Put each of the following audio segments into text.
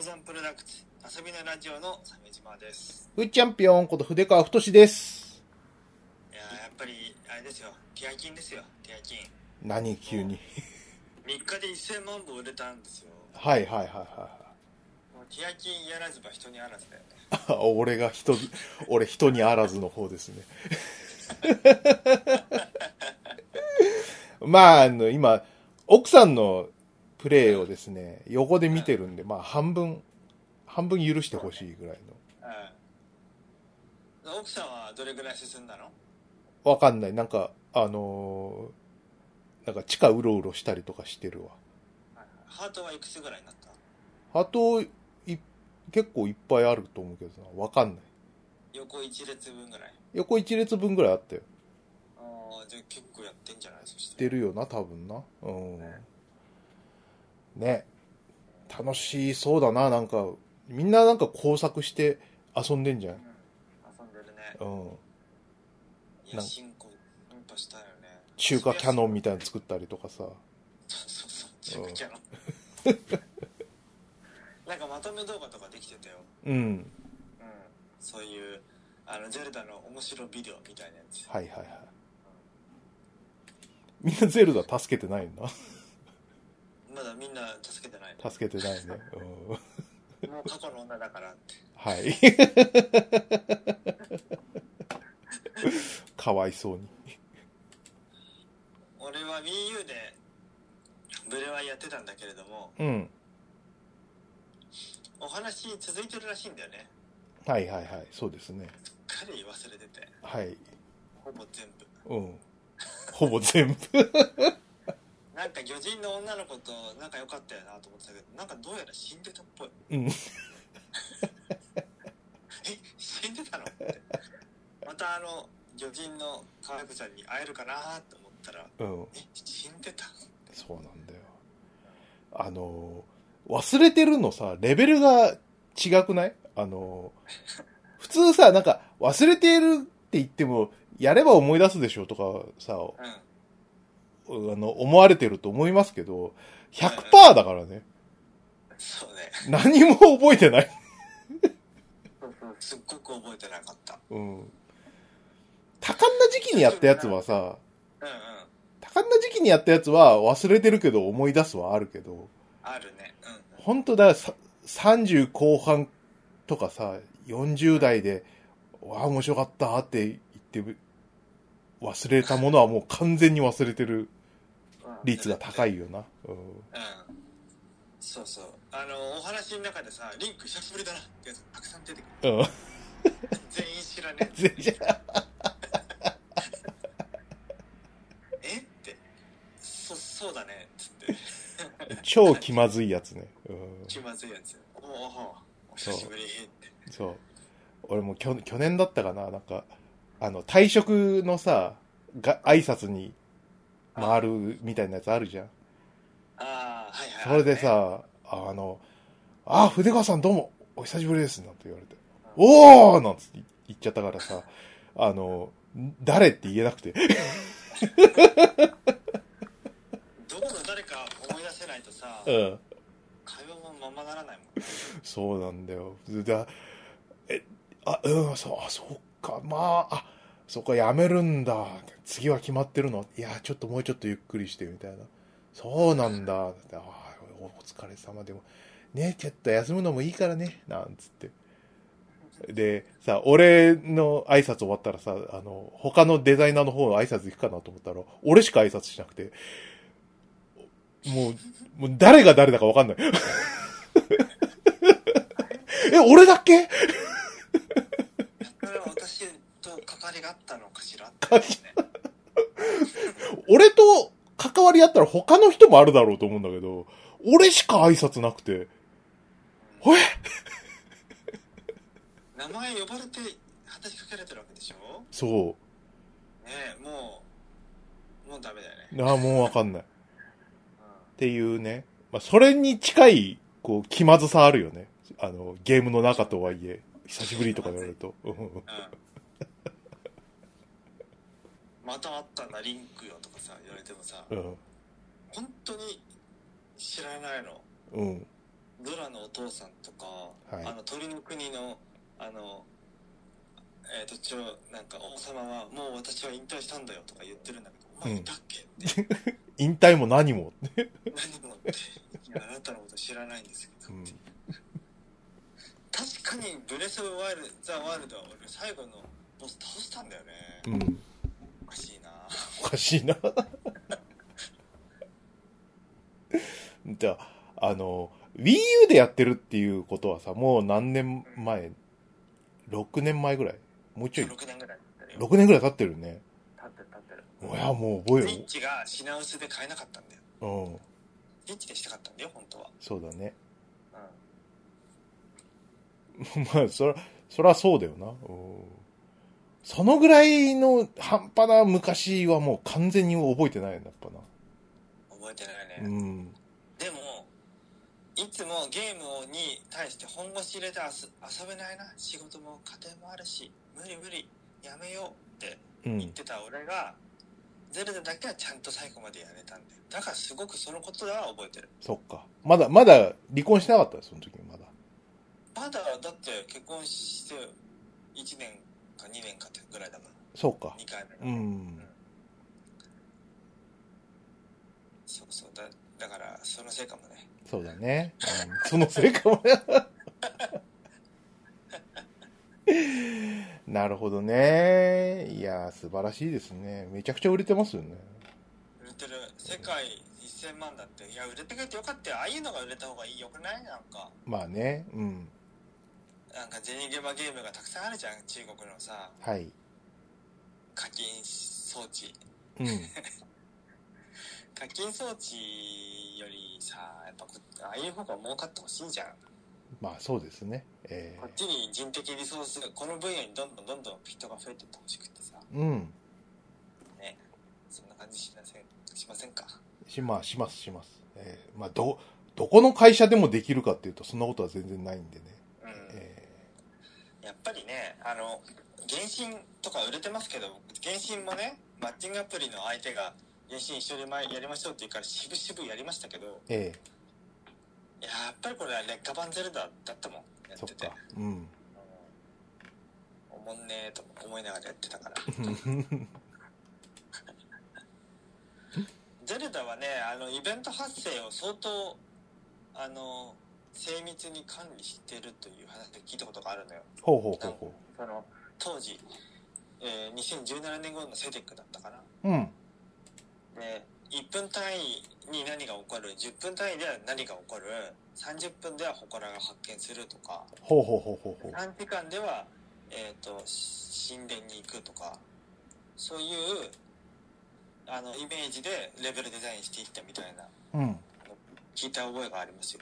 ザンプロダクツ遊びのラジオの鮫島ですうーチャンピオンこと筆川太です。いやーやっぱりあれですよティアキンですよティアキン何急に。 3日で1000万部売れたんですよはいはいはいはもうティアキンやらずば人にあらずだよねいはい。 俺が人に、俺人にあらずの方ですね。 まあ、あの、今、奥さんのプレイをですね、横で見てるんで、まあ半分、半分許してほしいぐらいうん奥さんはどれぐらい進んだのの。わかんない。なんか、あのーなんか地下うろうろしたりとかしてるわ。ハートはいくつぐらいになったあと、い、結構いっぱいあると思うけどな。わかんない。横一列分ぐらい横一列分ぐらいあったよ。ああじゃあ結構やってんじゃないそししててるよな、多分な。うん。ね。楽しそうだな、なんか。みんななんか工作して遊んでんじゃんうん。遊んでるねうん。いやなん進歩進歩したよね中華キャノンみたいなの作ったりとかさ。そうそうそう中華キャノン なんかまとめ動画とかできてたようん。うん、そういうあのゼルダの面白ビデオみたいなやつはいはいはい。みんなゼルダ助けてない な。まだみんな助けてない助けてないね。うん。もう過去の女だからってはい。 かわいそうに。俺は WiiU でブレワイやってたんだけれどもうん。お話続いてるらしいんだよねはいはいはい。そうですね。すっかり忘れててはい。ほぼ全部うん。ほぼ全部。なんか魚人の女の子と仲良かったよなと思ってたけどなんかどうやら死んでたっぽい うん。え死んでたのってまたあの魚人の科学者に会えるかなと思ったら うん。え死んでたそうなんだよ。あの、忘れてるのさ、レベルが違くないあの、普通さ、なんか、忘れてるって言っても、やれば思い出すでしょとかさ、うんあの、思われてると思いますけど、100%だからね。そうね何も覚えてない。すっごく覚えてなかったうん。多感な時期にやったやつはさ、うんうん多感な時期にやったやつは忘れてるけど思い出すはあるけど、あるねうん本当だ、さ30後半とかさ、40代で、わあ、面白かったって言って、忘れたものはもう完全に忘れてるうん率が高いいよな。うんうんそうそうあのお話の中でさリンク久しぶりだなってやつたくさん出てくるうん。全員知らねえ全然。えってそそうだねっつって超気まずいやつね。うん。気まずいやつおおおお久しぶりってそう。俺も去去年だったかな、なんか、あの、退職のさ、が、挨拶に回るみたいなやつあるじゃん。ああはいはいそれでさ、あの、あ、筆川さんどうも、お久しぶりです、なんて言われて、おーなんつって言っちゃったからさ、あの、誰って言えなくて、どこの誰か思い出せないとさうん。会話もままならないもんそうなんだよ。だえ、あ、うん、そう、あ、そっか、まあ、あ、そっか、やめるんだ。次は決まってるのいや、ちょっともうちょっとゆっくりして、みたいな。そうなんだ。あーおお疲れ様でも。ね、ちょっと休むのもいいからね、なんつって。で、さ、俺の挨拶終わったらさ、あの、他のデザイナーの方の挨拶行くかなと思ったら、俺しか挨拶しなくて、もう、もう誰が誰だかわかんない。え、俺だっけそれは私と関わりがあったのかしらってね俺と関わりあったら他の人もあるだろうと思うんだけど、俺しか挨拶なくて、え名前呼ばれて話しかけられてるわけでしょそねえもうもうダメだよね、う、なあ もうわかんない。っうていうね。まあ、それに近い、こう、気まずさあるよね。あの、ゲームの中とはいえ、久しぶりとか言われると。うんんまた会ったんだリンクよとかさ言われてもさうん。本当に知らないのうん。ゾラのお父さんとか、はいあの鳥の国のあのえっ、と一応なんか王様はもう私は引退したんだよとか言ってるんだけど、お前いたっけって引退も何も、何もっていやあなたのこと知らないんですけうど、ん、確かにブレス・オブ・ワイルドザ・ワールドは俺最後のボス倒したんだよね、うん、おかしいなおかしいなじゃああの WiiU でやってるっていうことはさもう何年前6年前ぐらいもうちょい6年ぐらい経ってるよ6年ぐらい経ってるね経ってる経ってるいやもう覚スイえッチが品薄で買えなかったんだよよううんスイッチでしたかったんだよ本当はそうだね うんまあそらそらそうだよなうんそのぐらいの半端な昔はもう完全に覚えてないよなやっぱな覚えてないね、うんでもいつもゲームに対して本腰入れてあす遊べないな仕事も家庭もあるし無理無理やめようってう言っんてた俺が、ゼルダだけはちゃんと最後までやれたんでだからすごくそのことは覚えてるそっかまだまだ離婚してなかったよその時まだまだだって結婚して1年か2年かってぐらいだからそうか2回目のうんそうそうだだからそのせいかもねそうだね、うん、そのせいかも なるほどねいや素晴らしいですねめちゃくちゃ売れてますよね売れてる世界1000万だっていや売れてくれてよかったよああいうのが売れた方がいいよくないなんかまあねうんなんか銭ゲバゲームがたくさんあるじゃん中国のさはい課金装置うん課金装置よりさやっぱこああいう方が儲かってほしいじゃんまあそうですねえこっちに人的リソースがこの分野にどんどんどんどん人が増えてってほしくてさえうんねそんな感じしませんしませんかしまあしますします、ええまあどどこの会社でもできるかっていうとそんなことは全然ないんでね、うん、えやっぱりねあの原神とか売れてますけど原神もねマッチングアプリの相手が原神一緒に前やりましょうって言うから渋々やりましたけどえいえややっぱりこれは劣化版ゼルダだったもんやえっそてってかうん うんおもんねーと思いながらやってたから ゼルダはねあのイベント発生を相当あの精密に管理してるという話で聞いたことがあるのよほうほうほうほその当時、えー2017年頃のセデックだったかなううんで1分単位に何が起こる10分単位では何が起こる30分では祠が発見するとかほうほうほうほうほう短時間では、えー、とし神殿に行くとかそういうあのイメージでレベルデザインしていったみたいなうん聞いた覚えがありますよ、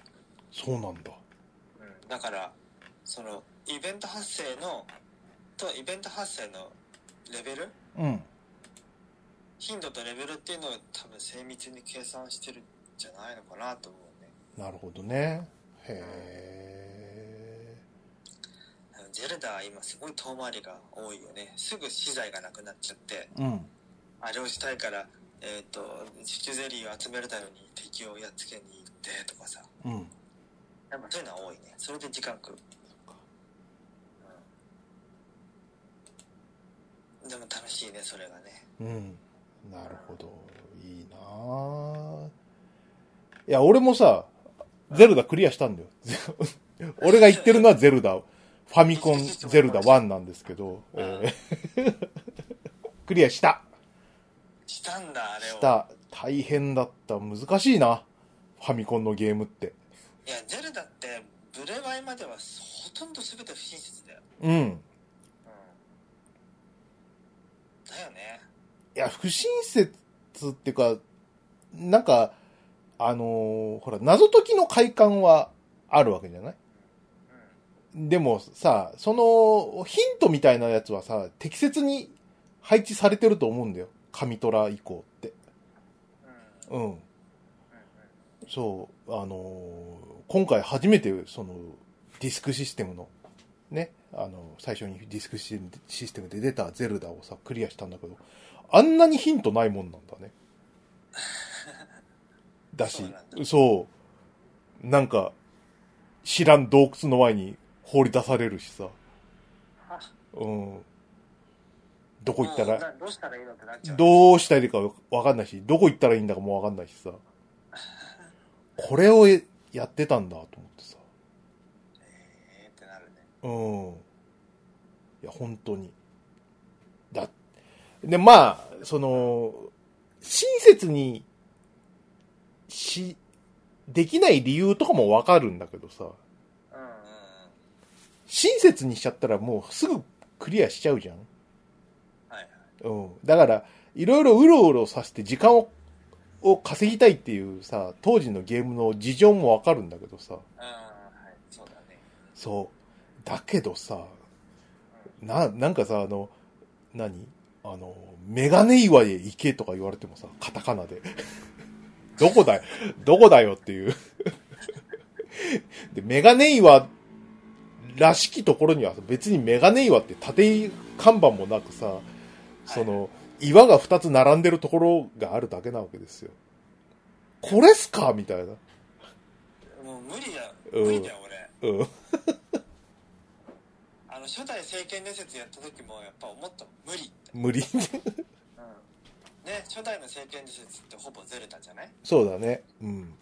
そうなんだだからそのイベント発生のとイベント発生のレベルうん頻度とレベルっていうのを多分精密に計算してるんじゃないのかなと思うねなるほどねへあのゼルダは今すごい遠回りが多いよねすぐ資材がなくなっちゃってえうんあれをしたいからえっ、とシチュゼリーを集めるために敵をやっつけに行ってとかさうんやっぱそういうのは多いねそれで時間食ううんでも楽しいねそれがねうんなるほどいいなあいや俺もさゼルダクリアしたんだよ ゼ俺が言ってるのはゼルダファミコンゼルダ1なんですけど、ええ クリアしたしたんだあれをした大変だった難しいなファミコンのゲームっていやゼルダってブレワイまではほとんど全て不親切だよ、うんうん、だよねいや、不親切っていうか、なんか、あのーほら、謎解きの快感はあるわけじゃないでもさ、その、ヒントみたいなやつはさ、適切に配置されてると思うんだよ。神虎以降って。うんうんうんうん。そう、あのー今回初めて、その、ディスクシステムの、ね、あの、最初にディスクシステムで出たゼルダをさ、クリアしたんだけど、あんなにヒントないもんなん だね。だしそうなん、だそうなんか、知らん洞窟の前に放り出されるしさあ。うん。どこ行ったもうら、などうしたらいいのってなっちゃう。どうしたらいいかわかんないし、どこ行ったらいいんだかもわかんないしさ。これをやってたんだと思ってさ。えーってなるね。うん。いや、本当に。だ、で、まあ、その、親切に、し、できない理由とかもわかるんだけどうさ、んうんうん。親切にしちゃったらもうすぐクリアしちゃうじゃん。はいはい。うん。だから、いろいろうろうろさせて時間を、を稼ぎたいっていうさ、当時のゲームの事情もわかるんだけどさ、うん、はい。そうだね。そう。だけどさ、な、なんかさ、あの、何あの、メガネ岩へ行けとか言われてもさ、カタカナで。 どこだよ、どこだよっていう。 で、メガネ岩らしきところには別にメガネ岩って縦看板もなくさ、その、岩が2つ並んでるところがあるだけなわけですよ。これっすかみたいな。うん。もう無理だ。うん無理だよ、俺。うん。あの、初代聖剣伝説やった時も、やっぱ思ったもん。無理って。無理。 うん。ね、初代の聖剣伝説ってほぼゼルダじゃないそうだね。うん。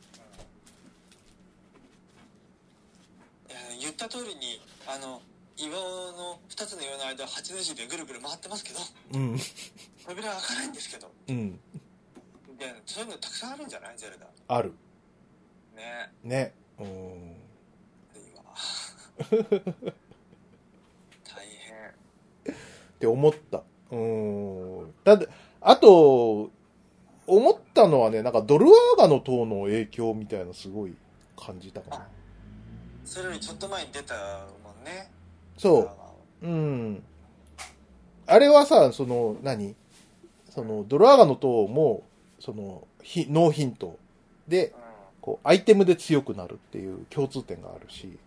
いや言った通りに、あの、岩の2つの岩の間、8の字でぐるぐる回ってますけど、うん。扉開かないんですけど。うん。みたいな、そういうのたくさんあるんじゃないゼルダ。ある。ね。ね。うん。 今大変って思った。うーん。ただ、あと、思ったのはね、なんかドルアーガの塔の影響みたいなすごい感じたかなあ。それよりちょっと前に出たもんねそあう。うん。あれはさ、その、何その、ドルアーガの塔も、その、ひノーヒントで、のこう、アイテムで強くなるっていう共通点があるし、うん、うん、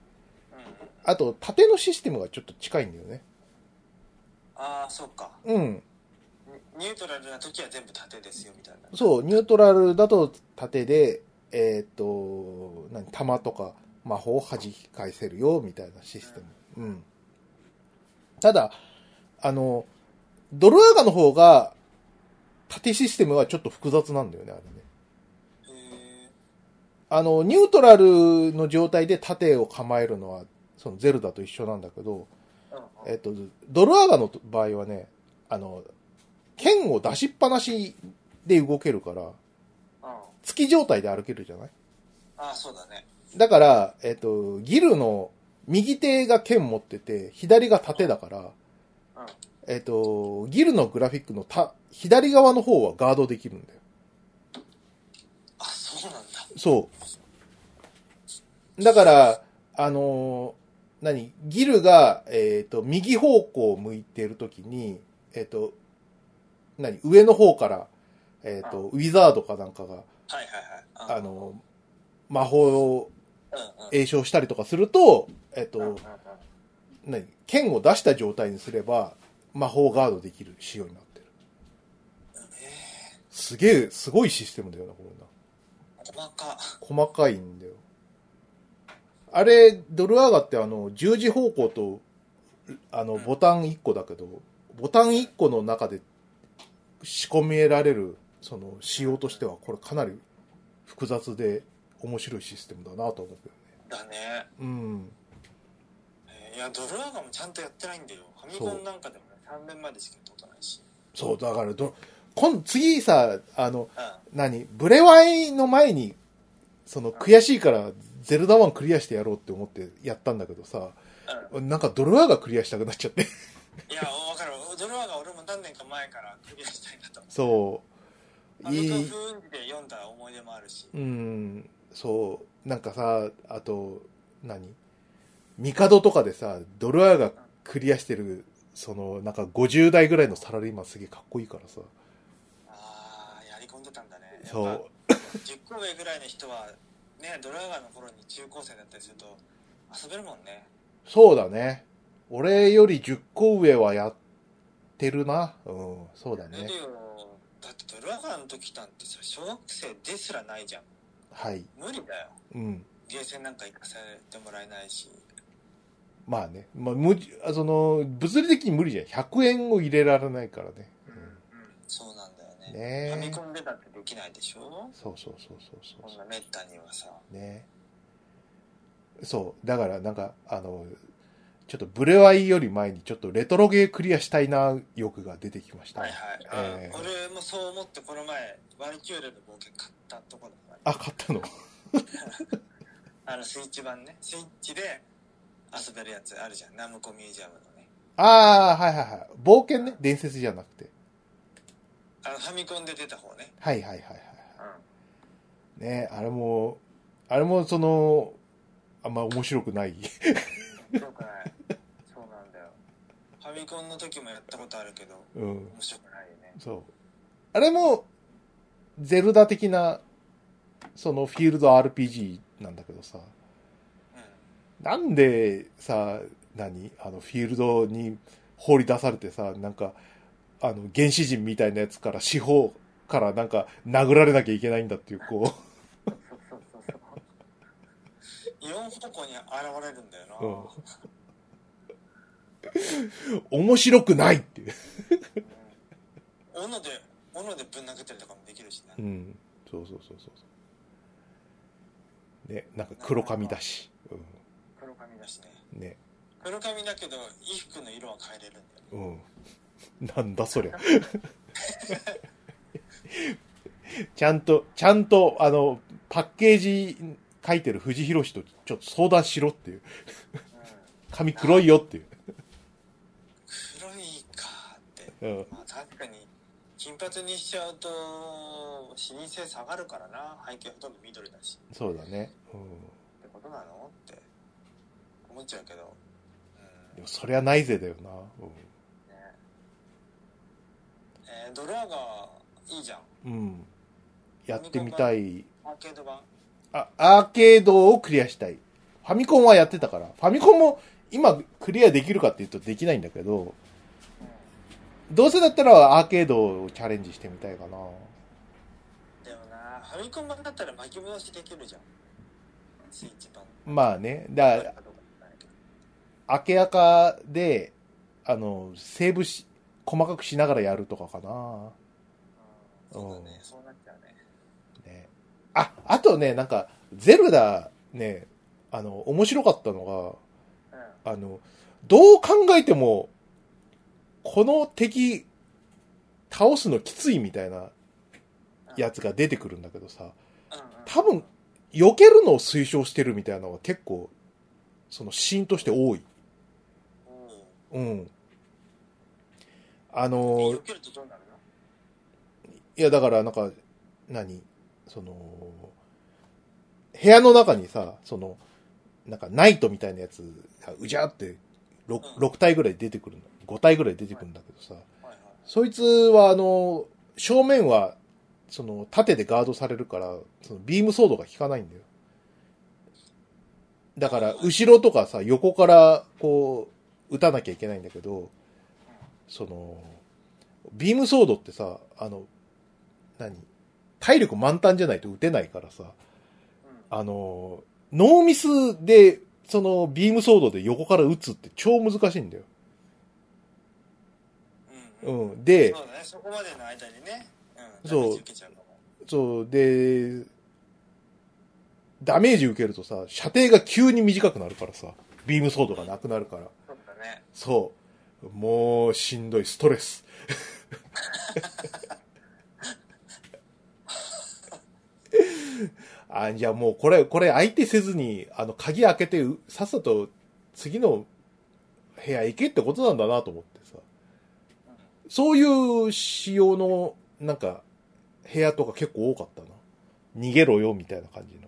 あと、縦のシステムがちょっと近いんだよね。ああそうかうん。ニニュートラルな時は全部縦ですよみたいなそう、ニュートラルだと縦で、えーっ、と、何、弾とか魔法を弾き返せるよ、みたいなシステム。うん。ただ、あの、ドルアーガの方が、縦システムはちょっと複雑なんだよね、あれね。へえあの、ニュートラルの状態で縦を構えるのは、そのゼルダと一緒なんだけど、うんうんえっと、ドルアーガの場合はね、あの、剣を出しっぱなしで動けるから、うん月状態で歩けるじゃないああそうだねだから、えっ、と、ギルの右手が剣持ってて、左が盾だから、うんえっ、と、ギルのグラフィックのた左側の方はガードできるんだよ。あそうなんだそう。だから、あのー何ギルが、えっ、と、右方向を向いてるときに、えっ、と、何上の方から、えっ、と、ウィザードかなんかが、はいはいはいあのー魔法をうんうん詠唱したりとかすると、えっ、と、うんうんうん何剣を出した状態にすれば魔法ガードできる仕様になってるえすげえすごいシステムだよなこれなー細か細かいんだよあれドルアーガってあの十字方向とあのうんボタン1個だけどボタン1個の中で仕込められるその仕様としてはこれかなり複雑で面白いシステムだなと思うけどだねねうんえーいやドルアガもちゃんとやってないんだよファミコンなんかでもね3年までしかやったことないしそうだからど今次さあのうん何ブレワイの前に、その悔しいからゼルダ1クリアしてやろうって思ってやったんだけどさ、うんなんかドルアーがクリアしたくなっちゃって。 いや、わかる。ドロワが俺も何年か前からクリアしたいなと。そう。あの曲いい、で読んだ思い出もあるし。うん、そう。なんかさ、あと、何ミカドとかでさ、ドルアーがクリアしてる、その、なんか50代ぐらいのサラリーマンすげえかっこいいからさ。ああ、やり込んでたんだね。やっぱそう。 10個上ぐらいの人は、ね、ドロワガの頃に中高生だったりすると、遊べるもんね。そうだね。俺より10個上はやってるな。うん、そうだルね。リオ、だってドロワガの時なんてさ、小学生ですらないじゃん。はい。無理だよ。うん。ゲーセンなんか行かせてもらえないし、まあね、まあ、無理あその物理的に無理じゃん100円を入れられないからね、そうなんだようん、ね。フねァミえコンでだってできないでしょそうそうそうそうそうこんなめったにはさ。ねそうだからなんかあのちょっとブレワイより前にちょっとレトロゲークリアしたいな欲が出てきました、はいはい。ええうん俺もそう思ってこの前、ワルキューレの冒険買ったとこだから、あ買ったのあのスイッチ版ね、スイッチで遊べるやつあるじゃん。ナムコミュージアムのね。ああはいはいはい冒険ね伝説じゃなくてあのファミコンで出た方ね。はいはいはいはういねあれもあれもそのあんま面白くない ん。そうく ない。そうなんだよ。ファミコンの時もやったことあるけど、うん面白くないよね。そうあれもゼルダ的なそのフィールド RPG なんだけどさうなんでさ、何あの、フィールドに放り出されてさ、なんか、あの、原始人みたいなやつから、四方からなんか、殴られなきゃいけないんだっていう、こん。そうそうそうそう。4方向に現れるんだよな。うん う、面白くないっていう。うん斧で、斧でぶん殴ったりとかもできるしなう。ん。そうそうそうそうそう。ね、なんか黒髪だし。黒髪だしね。うん。ね、黒髪だけど、衣服の色は変えれるんだよね。うん。なんだそりゃ。ちゃんと、ちゃんと、あの、パッケージ書いてる藤博とちょっと相談しろっていう。髪黒いよっていう。黒いかって。うん。まあ確かに、金髪にしちゃうと、視認性下がるからな。背景ほとんど緑だし。そうだね。うん。ってことなのって思っちゃうけど。うでんも、そりゃないぜだよな。うねえードラがいいじゃん。ん。うん。やってみたい。アーケード版。あ、アーケードをクリアしたい。ファミコンはやってたから。ファミコンも今クリアできるかっていうとできないんだけど、どうせだったらアーケードをチャレンジしてみたいかな。だよな。ファミコン版だったら巻き戻しできるじゃん。スイッチ版。まあね。だあからどうかわかんないけど明け明かで、あの、セーブし、細かくしながらやるとかかな。うんそうだうねん。そうなっちゃうね。ね。あ、あとね、なんか、ゼルダ、ね、あの、面白かったのうん。が、あの、どう考えても、この敵、倒すのきついみたいなやつが出てくるんだけどさ、うんうん多分、避けるのを推奨してるみたいなのが結構、そのシーンとして多い。おうん。あお。の避、けるとどうなるのいや、だから、なんか、何その、部屋の中にさ、その、なんかナイトみたいなやつがうじゃーって 6, うん6体ぐらい出てくるの。5体ぐらい出てくるんだけどさ、はいはい。そいつは、あの、正面は、その、盾でガードされるから、その、ビームソードが効かないんだよ。だから、後ろとかさ、横から、こう、撃たなきゃいけないんだけど、その、ビームソードってさ、あの、何体力満タンじゃないと撃てないからさ、うん。あの、ノーミスで、その、ビームソードで横から撃つって超難しいんだよ。うんうん。うん。で、そうだね。そこまでの間にね。うん。そダメうージ受けちゃうかも。そう、で、ダメージ受けるとさ、射程が急に短くなるからさ、ビームソードがなくなるから。そうだね。そう。もう、しんどい、ストレス。あ、じゃあもう、これ、これ、相手せずに、あの、鍵開けて、うさっさと、次の部屋行けってことなんだなと思ってさ。そういう仕様の、なんか、部屋とか結構多かったな。逃げろよ、みたいな感じの。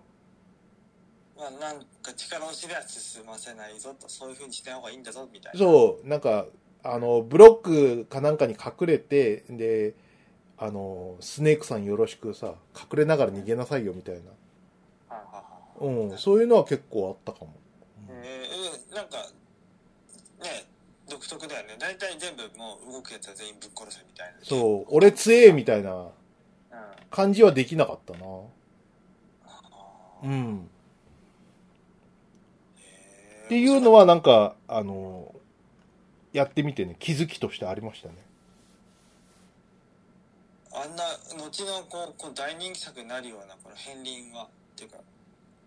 まあなんか力押しでは進ませないぞと、そういうふうにしない方がいいんだぞ、みたいな。そう、なんか、あの、ブロックかなんかに隠れて、で、あの、スネークさんよろしくさ、隠れながら逃げなさいよみたいな。はいはいはいうん、そういうのは結構あったかも。うんえー、なんか、ね、独特だよね。大体全部もう動くやつは全員ぶっ殺せみたいな。そう、俺強えみたいなうん。あ感じはできなかったな。ーうん。っていうのはなんか、あの、やってみてね、気づきとしてありましたね。あんな後のこうこう大人気作になるようなこの片鱗はっていうか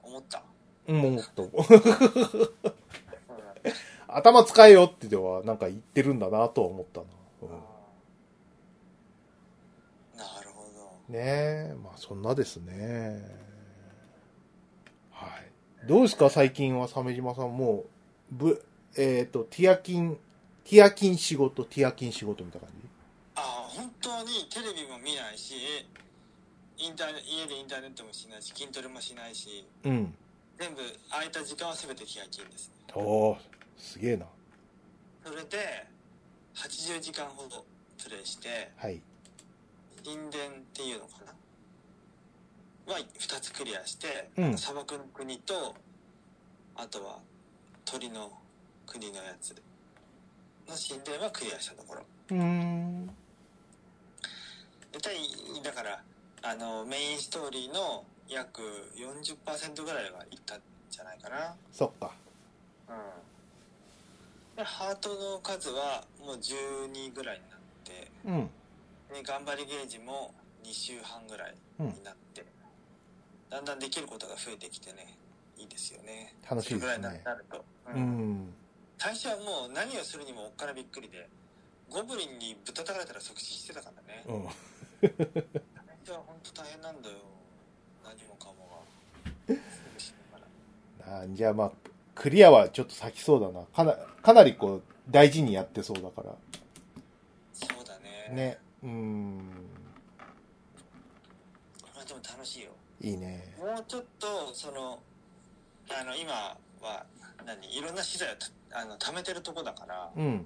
思った、うん、もっと。 頭使えよってでは、なんか言ってるんだなとは思ったな。うんなるほどねえ、まあそんなですね。はい。どうですか最近は鮫島さんもう、ぶ、えっ、と、ティアキン、ティアキン仕事、ティアキン仕事みたいな感じああ本当にテレビも見ないしインターネ家でインターネットもしないし筋トレもしないしうん。全部空いた時間は全て日焼けですねおー、すげえな。それで80時間ほどプレイしてはい。神殿っていうのかなは2つクリアして、うん砂漠の国とあとは鳥の国のやつの神殿はクリアしたところうーん。大体だからあのメインストーリーの約40%ぐらいはいったんじゃないかなそっか。うんでハートの数はもう12ぐらいになってうん。で頑張りゲージも2週半ぐらいになって、だんだんできることが増えてきてねいいですよね楽しいですねそれぐらいになると、ううんん。最初はもう何をするにもおっからびっくりでゴブリンにぶったたかれたら即死してたからねうん。最初は本当大変なんだよ何もかもがすぐ死ぬからなんじゃあまあ、クリアはちょっと先そうだな。かな、かなりこう、大事にやってそうだかそうだら。ねね。うーん。まあでも楽しいよいいね。もうちょっとそのあの今は何いろんな資材をたあの貯めてるとこだから、うん。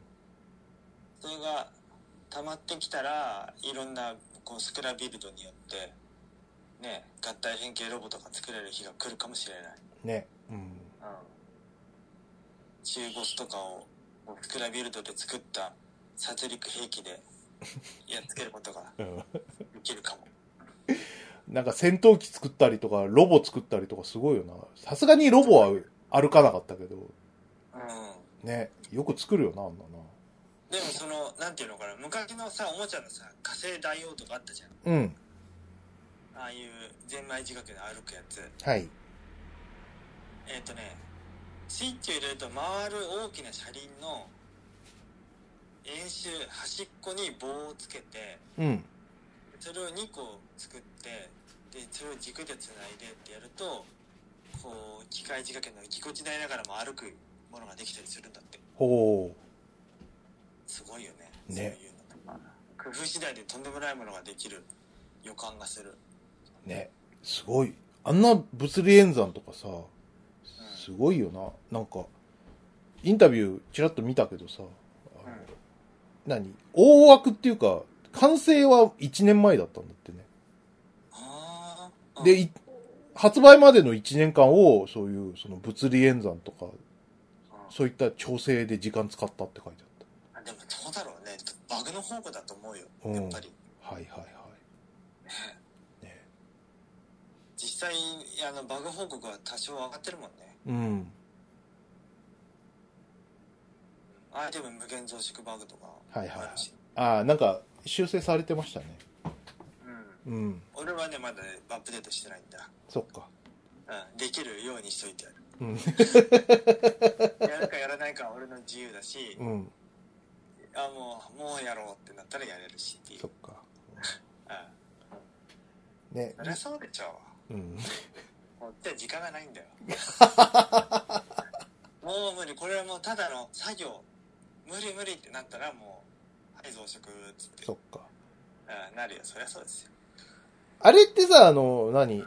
それが溜まってきたらいろんなこうスクラビルドによってね合体変形ロボとか作れる日が来るかもしれない、ね。うん。うん、中ボスとかをスクラビルドで作った殺戮兵器でやっつけることがうんできるかもなんか戦闘機作ったりとか、ロボ作ったりとかすごいよな。さすがにロボは歩かなかったけど、うんね、よく作るよな、あんなでもそのなんていうのかな昔のさおもちゃのさ火星大王とかあったじゃんな。うん。ああいうゼンマイ仕掛けで歩くやつはい。えっ、とね、スイッチを入れると回る大きな車輪の円周端っこに棒をつけて、うん。それを2個作って、で、それを軸でつないでってやると、こう、機械仕掛けのぎこちないながらも歩くものができたりするんだって。ほすごいよね。ねそういうのとか。工夫次第でとんでもないものができる予感がする。う。ね、すごい。あんな物理演算とかさ、すごいよな。なんか、インタビューちらっと見たけどさ、あのうん何大枠っていうか、完成は1年前だったんだってね。ああ。で、うん、い発売までの1年間を、そういう、その物理演算とか、そういった調整で時間使ったって書いてあっあでもそうだろうね。バグの宝庫だと思うよ。うんやっぱり。た。はいはいはい。ね実際あのバグ報告は多少上がってるもんねうん。アイテム無限増殖バグとかはいはいはいあるしああ、なんか、修正されてましたね。うん、うん。俺はねまだねアップデートしてないんだ、そっか。うん、できるようにしといて あるうん。やるかやらないかは俺の自由だしうん。あもうもうやろうってなったらやれるしっていうそっか。うねん、。そりゃそうでちゃうわうん。もうじゃ時間がないん だよもう無理これはもうただの作業無理無理ってなったらもうはい増殖っつってそっか。うん、なるよそりゃそうですよあれってさ、あの、何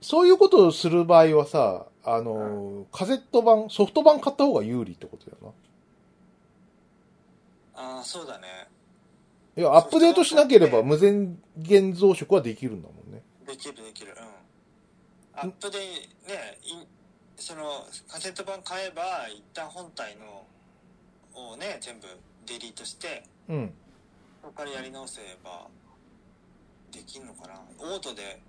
そういうことをする場合はさ、あの、カセット版、ソフト版買った方が有利ってことだよああそうだねな。いや、アップデートしなければ無限増殖はできるんだもんね。できるできるうんアップでねいそのカセット版買えば一旦本体のをね全部デリートしてうん。そこからやり直せばできんのかなオートで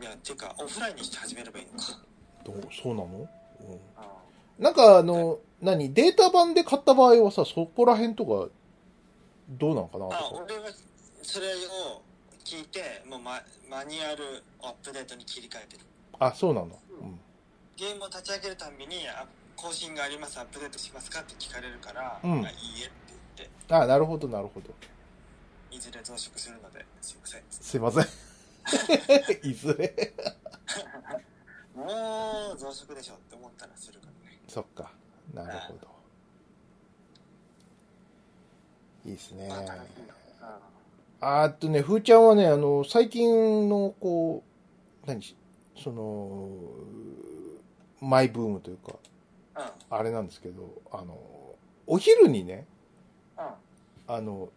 いやてかオフラインにして始めればいいのかどうそうなのなんかあの、何データ版で買った場合はさ、そこら辺とか、どうなんかなあとか。俺はそれを聞いてもうママニュアルアップデートに切り替えてるあ、そうなんだ。うん。ゲームを立ち上げるたんびにあ更新がありますアップデートしますかって聞かれるから、うんあいいえって言っあ、なるほど、なるほど。ていずれ増殖するのですいませんすいません。 いずれ。もう増殖でしょって思ったらするからねそっか。なるほど。いいですね。まあ楽しいなうんあーっとね、ふーちゃんはね、あの、最近の、こう、何し、その、マイブームというか、うんあれなんですけど、あの、お昼にね、うんあの、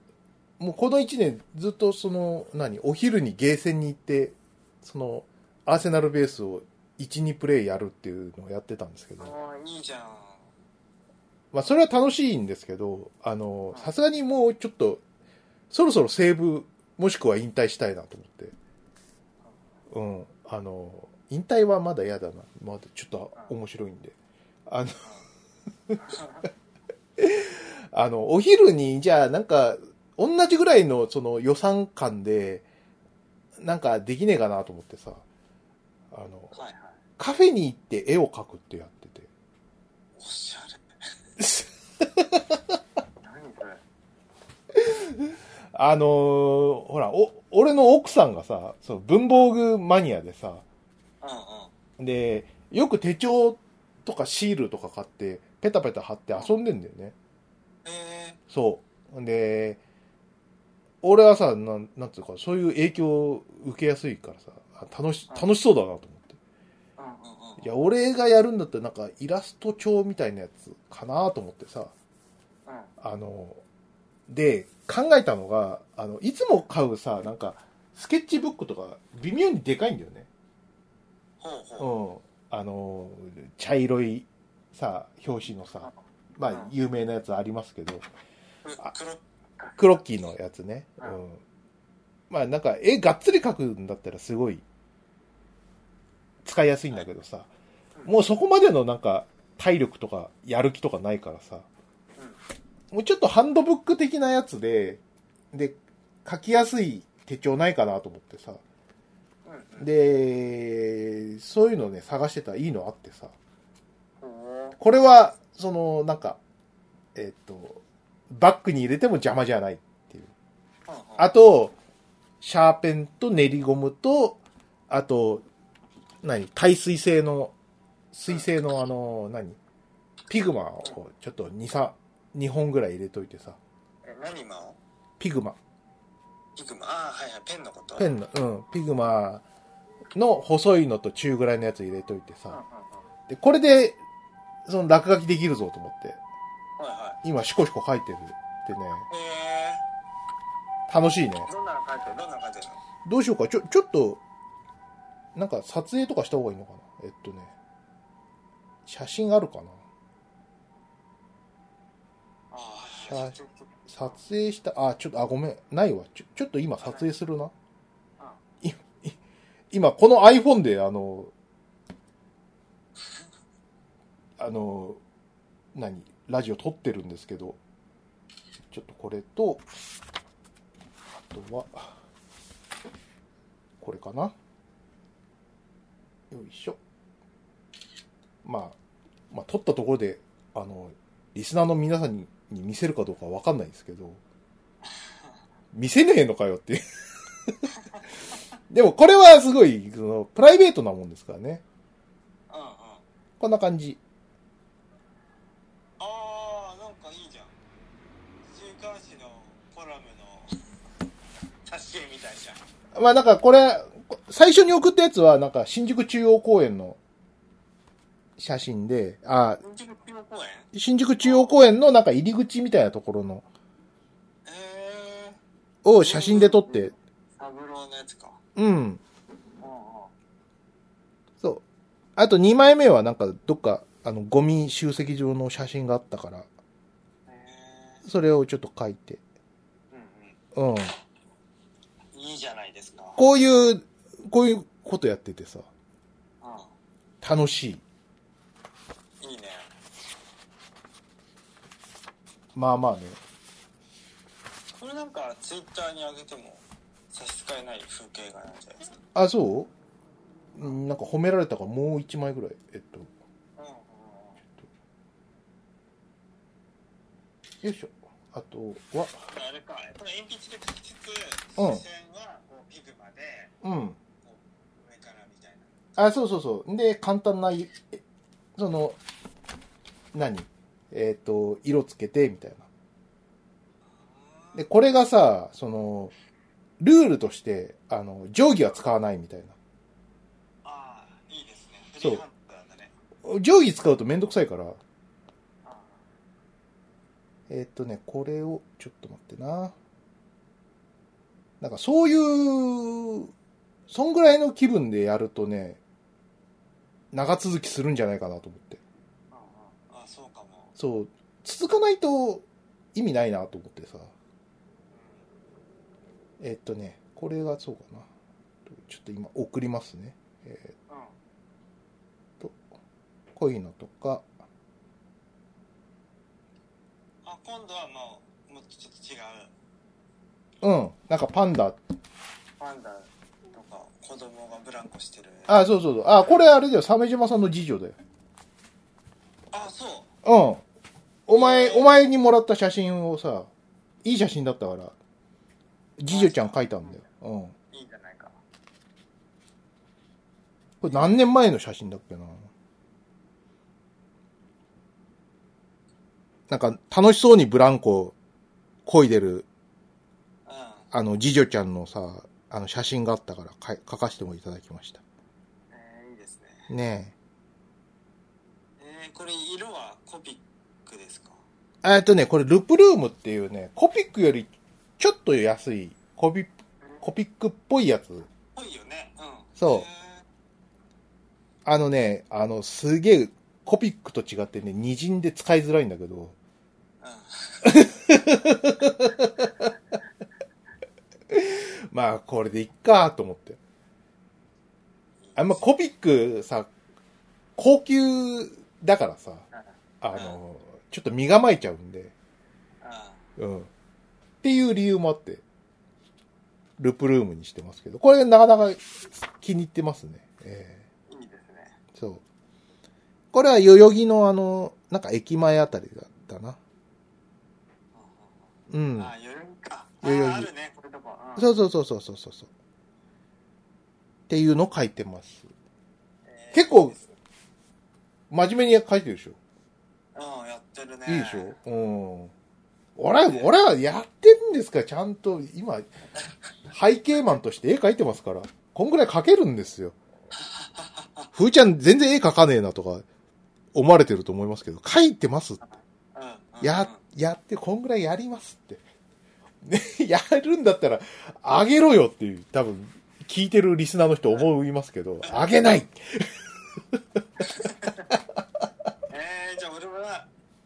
もうこの1年ずっとその、何、お昼にゲーセンに行って、その、アーセナルベースを1、2プレイやるっていうのをやってたんですけど、あーいいじゃん まあそれは楽しいんですけど、あの、うんさすがにもうちょっと、そろそろセーブ、もしくは引退したいなと思って。うん。あの、引退はまだ嫌だな。まだちょっと面白いんで。あの、あの、お昼に、じゃあなんか、同じぐらいのその予算感で、なんかできねえかなと思ってさ、あの、はいはいカフェに行って絵を描くってやってて。おしゃれ 何これあのーほら、お、俺の奥さんがさ、そう、文房具マニアでさ、うんうんで、よく手帳とかシールとか買って、ペタペタ貼って遊んでんだよね。えそう。で、俺はさ、なん、なんつうか、そういう影響を受けやすいからさ、あ楽し、楽しそうだなと思って。ー、うんうんうんいや、俺がやるんだったらなんかイラスト帳みたいなやつかなと思ってさ、うんあの、で、考えたのが、あの、いつも買うさ、なんか、スケッチブックとか、微妙にでかいんだよね。ほうほううん。あの、茶色い、さ、表紙のさ、まあ、有名なやつありますけど、うあ黒クロッキーのやつね。ううんん。まあ、なんか、絵がっつり描くんだったらすごい、使いやすいんだけどさ、うんもうそこまでのなんか、体力とか、やる気とかないからさ、もうちょっとハンドブック的なやつで、で、書きやすい手帳ないかなと思ってさ。うんうんで、そういうのね、探してたらいいのあってさ。ほこれは、その、なんか、えっ、と、バッグに入れても邪魔じゃない。ううんうんあと、シャーペンと練りゴムと、あと、何耐水性の、水性のあの、何ピグマをちょっと2、3、2本ぐらい入れといてさ。え何今をピグマ。ピグマああはいはいペンのことペンの、うん、ピグマの細いのと中ぐらいのやつ入れといてうんうんうさん。で、これで、その落書きできるぞと思って、は今シコシコ書いてるってね、いはいへ楽しいね。えどんなの書いてるどんなの書いてるのどうしようか、ちょ、ちょっと、なんか撮影とかした方がいいのかなえっとね、写真あるかなあ写あ撮影した、あ、ちょっと、あ、ごめん、ないわ。ちょ、ちょっと今撮影するな。いい今、この iPhone で、あの、あの、何ラジオ撮ってるんですけど、ちょっとこれと、あとは、これかな。よいしょ。まあ、まあ、撮ったところで、あの、リスナーの皆さんにに見せるかどうかわかんないですけど、見せねえのかよっていう。 でもこれはすごい、その、プライベートなもんですからね。うんうんこんな感じ。ああなんかいいじゃん週刊誌のコラムの挿絵みたいじゃんまあなんかこれ、最初に送ったやつはなんか新宿中央公園の写真で、あ、新宿中央公園新宿中央公園のなんか入り口みたいなところの、ええを写真で撮って、サブローのやつかうん。うんうんそう。あと2枚目はなんかどっか、あの、ゴミ集積場の写真があったから、えそれをちょっと書いて。えうんうん。うんいいじゃないですかこういう、こういうことやっててさ、うん楽しい。まあまあねこれなんかツイッターに上げても差し支えない風景画なんじゃないですかあそううんなんか褒められたからもう一枚ぐらいえっとうんうんよいしょあとはあれかこれ鉛筆で書きつつうん視線はこうピグマでうん上からみたいなあそうそうそうで簡単なえその何えっ、と色つけてみたいなでこれがさそのルールとしてあの定規は使わないみたいああいいですねフそうリーハンターだねな定規使うとめんどくさいからああえーっとね、これを、ちょっと待ってな。なんかそういう、そんぐらいの気分でやるとね、長続きするんじゃないかなと思って。ああああそうかもそう、続かないと意味ないなと思ってさ。えーっとね、これがそうかな。ちょっと今送りますね。えうんーこういうのとか、あ今度はもうもうちょっと違ううん、なんかパンダ、パンダとか子供がブランコしてるあ、そうそうそう、あ、これあれだよ、鮫島さんの次女だよ。あそううん。お前、お前にもらった写真をさ、いい写真だったから、次女ちゃん描いたんだよ。うん。いいんじゃないかこれ何年前の写真だっけな。なんか、楽しそうにブランコ、漕いでる、うんあの、次女ちゃんのさ、あの、写真があったから、かい描かせてもいただきました。えー、いいですねねえー、これ色はコピックですかえ。えっとね、これ、ルプルームっていうね、コピックより、ちょっと安い、コピ、コピックっぽいやつ。ぽいよねうんそうえあのね、あの、すげえ、コピックと違ってね、にじんで使いづらいんだけど、ーうんまあ、これでいっか、と思って。あんまコピックさ、高級だからさ、あの、ちょっと身構えちゃうんで、あうん。っていう理由もあって、ルプルームにしてますけど、これなかなか気に入ってますね。えいいですね。えそう。これは代々木のあの、なんか駅前あたりだったな。うん。あ、代々木か。あ代々木ー、あるね、これとか。うんそうそうそうそうそうそうそう。っていうのを書いてます。えー結い構いです真面目に書いてるでしょ。うん、やってるね。いいでしょ。うん。俺は、俺はやってんですから、ちゃんと今、背景マンとして絵描いてますから。こんぐらい描けるんですよ。ふーちゃん全然絵描かねえなとか思われてると思いますけど、描いてます。うん。うん、や、やって、こんぐらいやりますって。ね、 やるんだったら、あげろよっていう、多分、聞いてるリスナーの人思いますけど、あげないうんえー、じゃあ俺もな、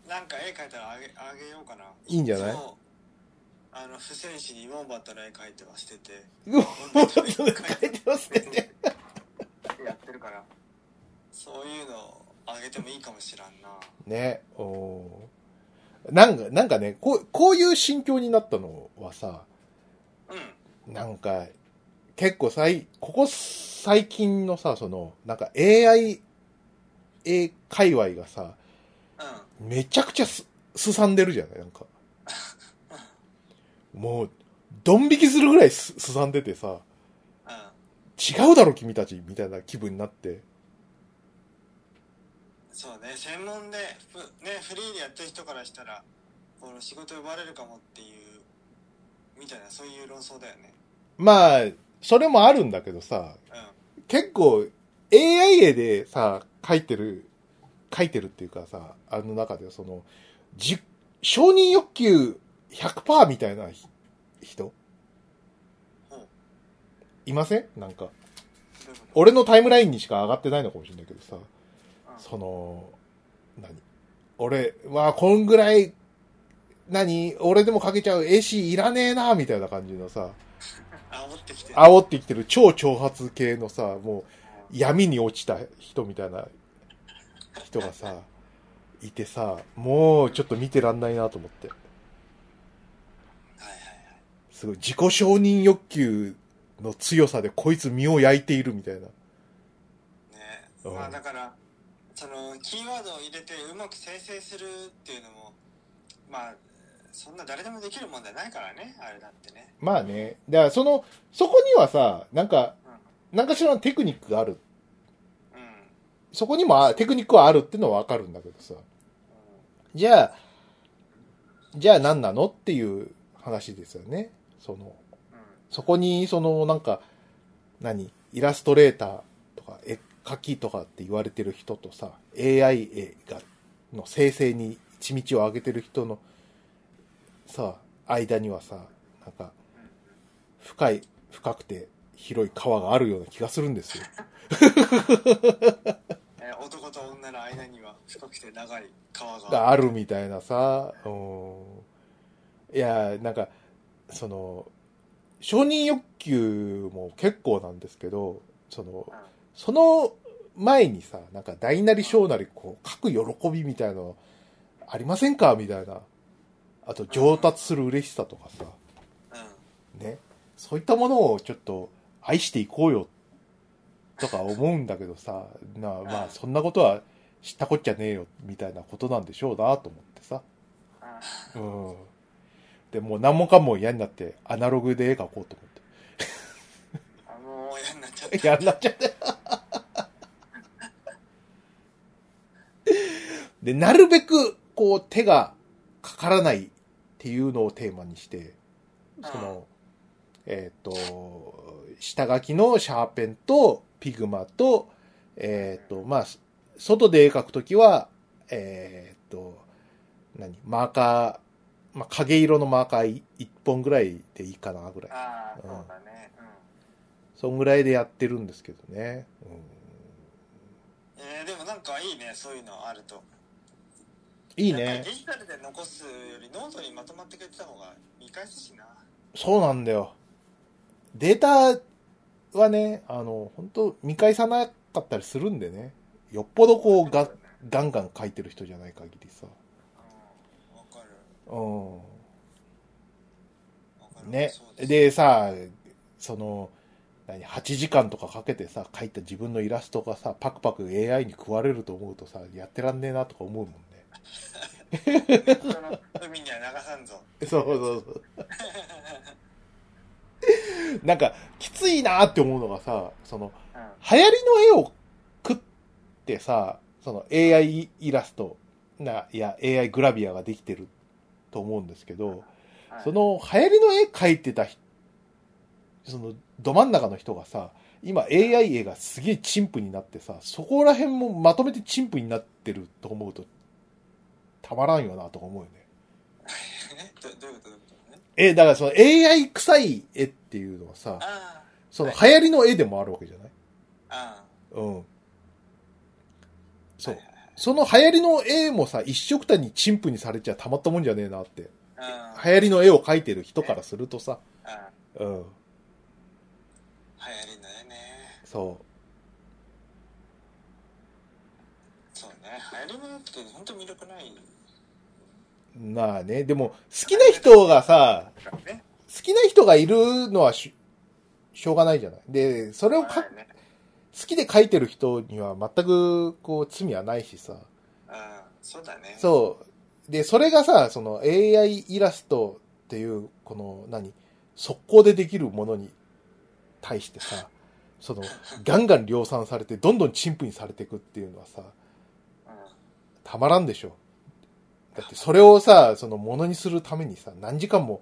なんか絵描いたらあげ、あげようかな。いいんじゃないそうあの、付箋紙にウォンバットの絵描いては捨てて。うわウォンバットの絵書いてますね。やってるから。そういうのをあげてもいいかもしらんな。ね、おーなんか、なんかね、こう、こういう心境になったのはさ、うん。なんか、結構さい、ここ最近のさ、その、なんか AI、A 界隈がさ、うん。めちゃくちゃす、すさんでるじゃないなんか。もう、ドン引きするぐらいす、すさんでてうさ、ん。違うだろ君たちみたいな気分になって。そうね、専門で、ふね、フリーでやってる人からしたら、この仕事呼ばれるかもっていう、みたいな、そういう論争だよね。まあ、それもあるんだけどさ、うん。うん。結構 AI 絵でさ、書いてる、書いてるっていうかさ、あの中でその、じ、承認欲求100%みたいなひ人ほいませんなんか。う。どういうこと俺のタイムラインにしか上がってないのかもしれないけどさ、その、何俺、まあ、こんぐらい、何俺でも書けちゃう絵師いらねえな、みたいな感じのさ、うん。煽ってきてる。煽ってきてる超挑発系のさ、もう闇に落ちた人みたいな人がさ、いてさ、もうちょっと見てらんないなと思って。すごい自己承認欲求の強さでこいつ身を焼いているみたいな。ねうんまあだからそのキーワードを入れてうまく生成するっていうのもまあそんな誰でもできるもんじゃないからねあれだってねまあね。だからその、そこにはさ、なんか、なんかしらのテクニックがある。うん、うんそこにもあテクニックはあるってのはわかるんだけどさ。じゃあ、じゃあ何なのっていう話ですよね。その、うそこに、その、なんか、何イラストレーターとか、絵描きとかって言われてる人とさ、AI 絵が、の生成に一道を上げてる人の、さ、間にはさ、なんか、んうん深い、深くて広い川があるような気がするんですよ。えー男と女の間には深くて長い川ががあるみたいなさ、うん。いや、なんか、その、承認欲求も結構なんですけど、その、その前にさ、なんか大なり小なりこう、書く喜びみたいなのありませんかみたいな。あと上達する嬉しさとかさ、うん、うんね。そういったものをちょっと愛していこうよ、とか思うんだけどさ、なまあそんなことは知ったこっちゃねえよ、みたいなことなんでしょうなと思ってさ。あうん。で、もう何もかも嫌になってアナログで絵描こうと思っ。あもう嫌になっちゃってた嫌になっちゃって。 で、なるべく、こう、手がかからないっていうのをテーマにして、その、えっ、と、下書きのシャーペンとピグマと、えっ、と、まあ、外で絵描くときは、えっ、と、何マーカー、まあ、影色のマーカー1本ぐらいでいいかな、ぐらい。ああうんそうだねうそんぐらいでやってるんですけどね。うんんえーでもなんかいいねそういうのあるといいやっねぱ。りデジタルで残すよりノートにまとまってくれてた方が見返すしなそうなんだよ。データはね、あの、本当見返さなかったりするんでね。よっぽどこう、がうん、ガンガン書いてる人じゃない限りさ。わかるうん。わかるねそう。すでさ、その、何、8時間とかかけてさ、描いた自分のイラストがさ、パクパク AI に食われると思うとさ、やってらんねえなとか思うもんね。その海には流さんぞ。そうそう そう。なんか、きついなって思うのがさ、その、うん。流行りの絵を食ってさ、その AI イラスト、な、いや、AI グラビアができてると思うんですけど、はいそ、の流行りの絵描いてた人、そのど真ん中の人がさ、今 AI 絵がすげえ陳腐になってさ、そこら辺もまとめて陳腐になってると思うと、たまらんよなとか思うよね。えどどういう ことどういうことね。え、だからその AI 臭い絵っていうのはさ、あその流行りの絵でもあるわけじゃないあ、ああ。うん。そうはい。はいはい。その流行りの絵もさ、一色単に陳腐にされちゃたまったもんじゃねえなって。ああ流行りの絵を描いてる人からするとさ、あうん。あ、流行りの絵ね。そう。そうね。流行りの絵って本当魅力ないまあね、でも、好きな人がさ、からね。好きな人がいるのはし、しょうがないじゃない。で、それをかはいね。好きで書いてる人には全く、こう、罪はないしさ。ああ、そうだね。う。そう。で、それがさ、その AI イラストっていう、この、何、速攻でできるものに対してさ、その、ガンガン量産されて、どんどん陳腐にされていくっていうのはさ、うん。たまらんでしょ。だってそれをさ、そのものにするためにさ、何時間も、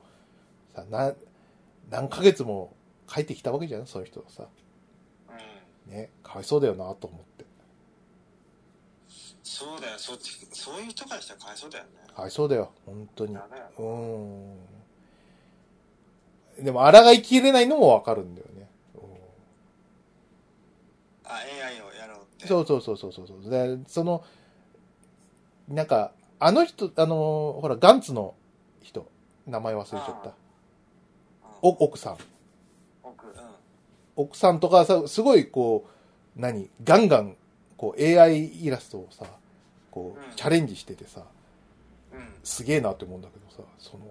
さ、な、何ヶ月も帰ってきたわけじゃん、そういう人はさ。うんね、かわいそうだよなと思って。そうだよ。そっち、そういう人からしたらかわいそうだよね。かわいそうだよ、本当に。だね。うーん。でも、抗いきれないのもわかるんだよね。うんあ、AI をやろうって。う。そうそうそうそうそうそう。で、その、なんか、あの人、あの、ほら、ガンツの人、名前忘れちゃったあ。お、奥さん。奥、うん。奥さんとかさ、すごいこう、何、ガンガン、こう AI イラストをさ、こうんう、チャレンジしててさ、うん。すげえなって思うんだけどさ、その、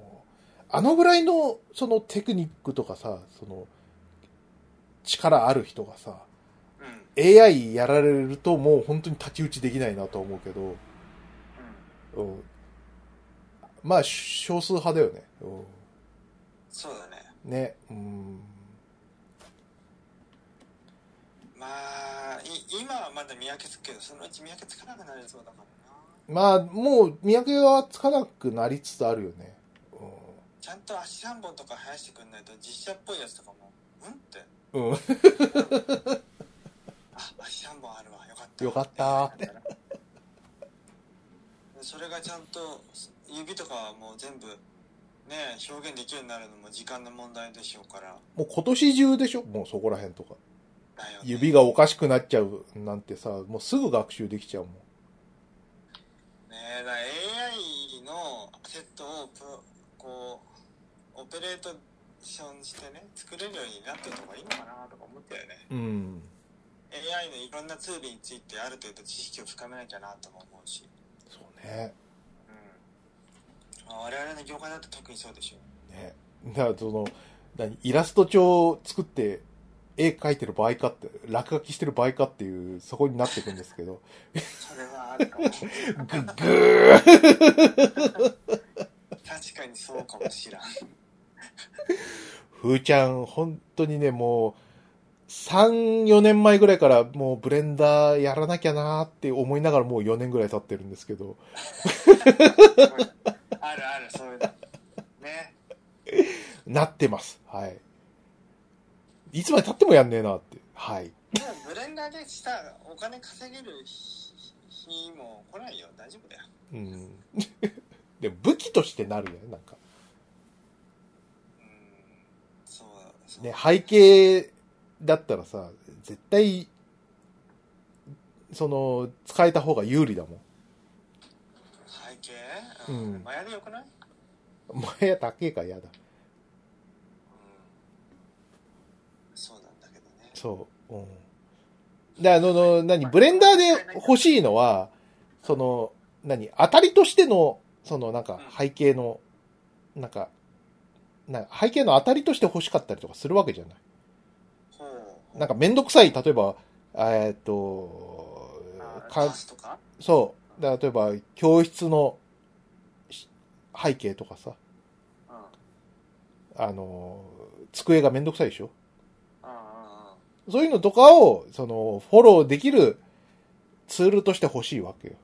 あのぐらいの、そのテクニックとかさ、その、力ある人がさ、うん AI やられるともう本当に太刀打ちできないなとは思うけど、うん。まあ、少数派だよね。うそうだねん。ね。うん。まあい今はまだ見分けつくけどそのうち見分けつかなくなりそうだからなまあ、もう見分けはつかなくなりつつあるよね。ちゃんと足3本とか生やしてくんないと実写っぽいやつとかもうんってうん。うん。 あ足3本あるわよかったよかった それがちゃんと指とかはもう全部ね表現できるようになるのも時間の問題でしょうからもう今年中でしょもうそこら辺とか。だよね指がおかしくなっちゃうなんてさ、もうすぐ学習できちゃうもん。ねえだから AI のセットをプロこうオペレートションしてね作れるようになってた方がいいのかなとか思ったよねうん。 AI のいろんなツールについてある程度知識を深めなきゃなとも思うし、そうね。うん、まあ我々の業界だと特にそうでしょね。だからその、何、イラスト帳を作って、絵描いてる場合かって、落書きしてる場合かっていう、そこになっていくんですけど、 それはあるかもぐ、ぐー確かにそうかもしらんふーちゃん、本当にね、もう、3、4年前ぐらいからもうブレンダーやらなきゃなーって思いながらもう4年ぐらい経ってるんですけど、あるあるそういうのねなってます。はい。いつまで経ってもやんねえなって。はい。でもブレンダーでしたお金稼げる日も来ないよ大丈夫だようん。 でも武器としてなるよね、なんか。うんそうそうね、背景だったらさ、絶対、その、使えた方が有利だもん。背景うんマヤでよくない、うん、前や高えから嫌だ。そうなんだけどねそう。うん。で、あの、の何、ブレンダーで欲しいのは、その、何、当たりとしての、その、なんか、背景の、なんか、なんか背景の当たりとして欲しかったりとかするわけじゃない。ほうなんか、めんどくさい、例えば、えーっと、カかースとかそう。だ例えば、教室のし背景とかさ、うんうんあのー、机がめんどくさいでしょうんうんそういうのとかを、その、フォローできるツールとして欲しいわけよ。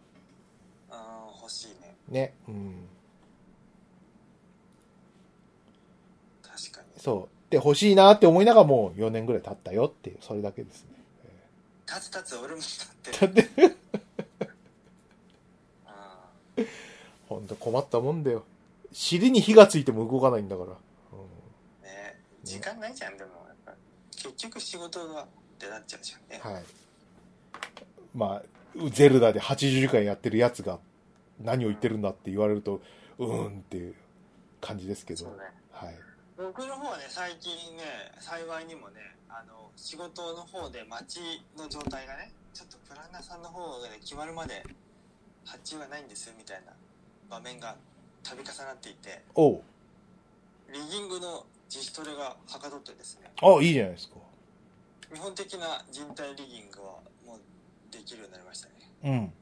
あー欲しいねね。うん。確かにそう。で、欲しいなって思いながらもう4年ぐらい経ったよっていう、それだけですね。立つ立つ俺も立ってるだって、 あほんと困ったもんだよ。尻に火がついても動かないんだから。ーね時間ないじゃんでもやっぱ結局仕事がってなっちゃうじゃんね、うん、はい。まあ、ゼルダで80時間やってるやつが何を言ってるんだって言われると、うーんっていう感じですけどそう。ねはい。僕の方はね最近ね幸いにもねあの仕事の方で街の状態がねちょっとプランナーさんの方で決まるまで発注がないんですみたいな場面が度重なっていておう。リギングの自主トレがはかどってですねあ、いいじゃないですか。日本的な人体リギングはもうできるようになりましたねうん。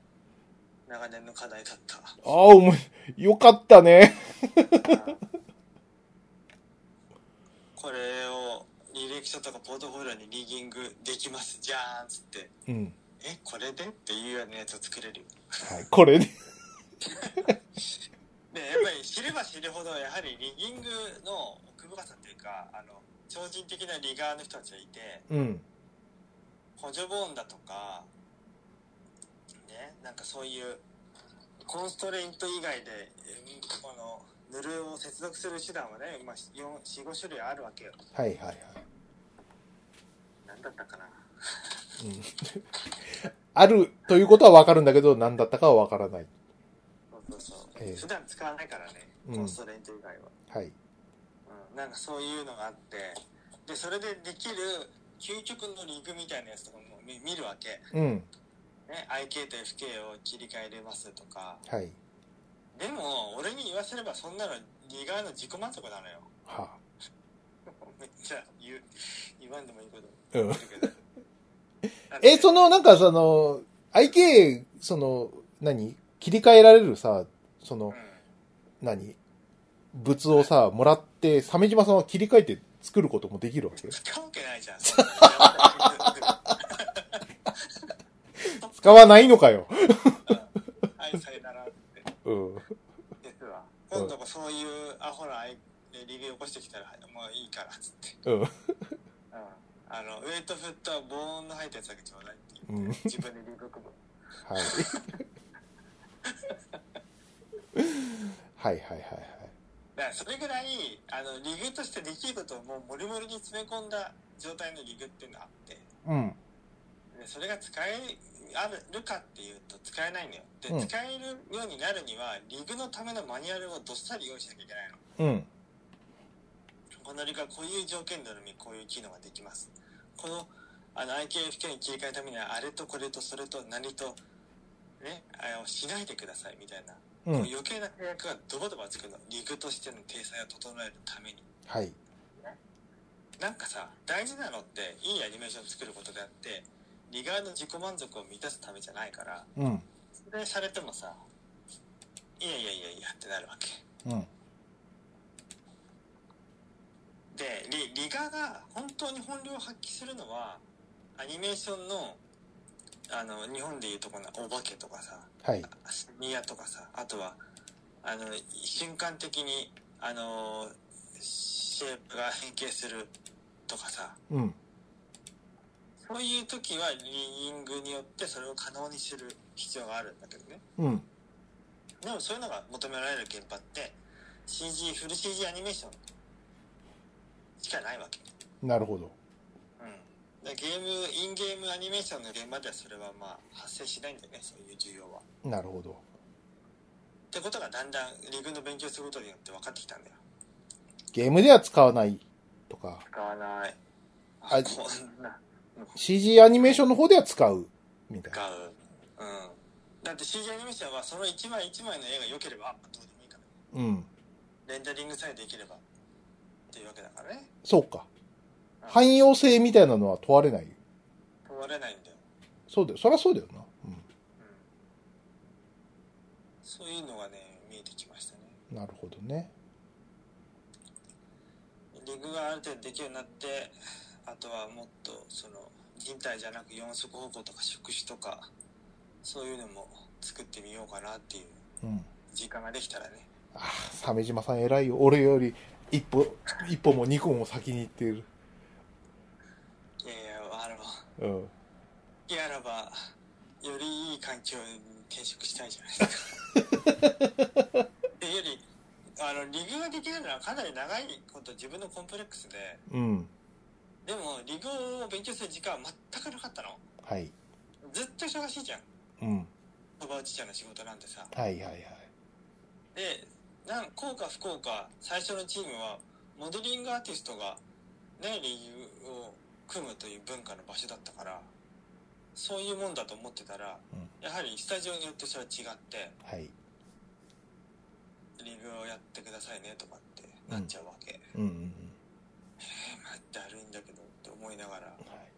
長年の課題だったああ、おもよかったね。 これを履歴書とかポートフォリオにリギングできますじゃーんっつってうん。えこれでっていうようなやつを作れるよはい。これね。でやっぱり知れば知るほどやはりリギングの奥深さというかあの超人的なリガーの人たちがいてうん。補助ボーンだとかねなんかそういうコンストレイント以外でえこのヌルを接続する手段はね、まあ、45種類あるわけよはいはいはい。何だったかなうん、あるということはわかるんだけど、何だったかはわからない。そうそうそう、ええ普段使わないからねうんコンストレイント以外は、はい。うん、なんかそういうのがあってでそれでできる究極のリグみたいなやつとかも見見るわけ、うん。ね、IK と FK を切り替えれますとかはい。でも俺に言わせればそんなの意外な自己満足なのよ。はあめっちゃ言う、言わんでもいいことうん言うけ ど。え、その、なんかその、IK、その、何切り替えられるさ、そのう、ん何物をさ、もらって、鮫島さんは切り替えて作ることもできるわけ使うわけないじゃん。 使わないのかよ。はい、さよならって。うん。実は。今度もそういうアホなリビュー起こしてきたら、もういいから、つって。うん。うん。あの、ウェイトフットは防音の入ったやつだけちょうだいって言うん。はい。って。自分でリビュー組む。はいはいはいはい。だからそれぐらい、あの、リグとしてできることをもうモリモリに詰め込んだ状態のリグっていうのがあって。うん。でそれが使えあるかっていうと使えないのよで、うん使えるようになるにはリグのためのマニュアルをどっさり用意しなきゃいけないのうん。このリグはこういう条件のみこういう機能ができますこのあの IKFK に切り替えるためにはあれとこれとそれと何とねあのしないでくださいみたいな、う。こうん余計な契約がドバドバつくのリグとしての体裁を整えるためにはい。なんかさ大事なのっていいアニメーションを作ることであってリガーの自己満足を満たすためじゃないからうん。それされてもさいやいやいやいやってなるわけうん。でリリガが本当に本領を発揮するのはアニメーションのあの日本でいうとこのお化けとかさはい。スミヤとかさあとはあの瞬間的にあのシェイプが変形するとかさうん。そういう時はリーイングによってそれを可能にする必要があるんだけどねうん。でもそういうのが求められる現場って CG フル CG アニメーションしかないわけ、なるほど。うん、でゲームインゲームアニメーションの現場ではそれはまあ発生しないんだよねそういう需要はっなるほど。てことがだんだんリグの勉強することによって分かってきたんだよゲームでは使わないとか、使わないあこんな CG アニメーションの方では使う、みたいな。使ううんだって CG アニメーションはその一枚一枚の絵が良ければどうでもいいからうん。レンダリングさえできればっていうわけだからねそうか。うん汎用性みたいなのは問われない。問われないんだよそうだよ。そりゃそうだよな。そういうのがね見えてきましたねうん。なるほどね。リグがある程度できるようになってあとはもっとその人体じゃなく四足歩行とか触手とかそういうのも作ってみようかなっていううん。時間ができたらねああ、鮫島さん偉いよ。俺より一歩、一歩も二個も先に行っていいる。やいやあのうん。いやあらばよりいい環境に転職したいじゃないですかっていうよりあのリグができるのはかなり長いこと自分のコンプレックスでうん。でもリグを勉強する時間は全くなかったのはい。ずっと忙しいじゃんうん。おばあちゃんの仕事なんてさはいはいはい。でなんこうか不幸か最初のチームはモデリングアーティストがね理由を組むという文化の場所だったからそういうもんだと思ってたら、うんやはりスタジオによってそれは違ってはい。リーグをやってくださいねとかってなっちゃうわけ、うんうんうん。えーまあだるいんだけどって思いながらはい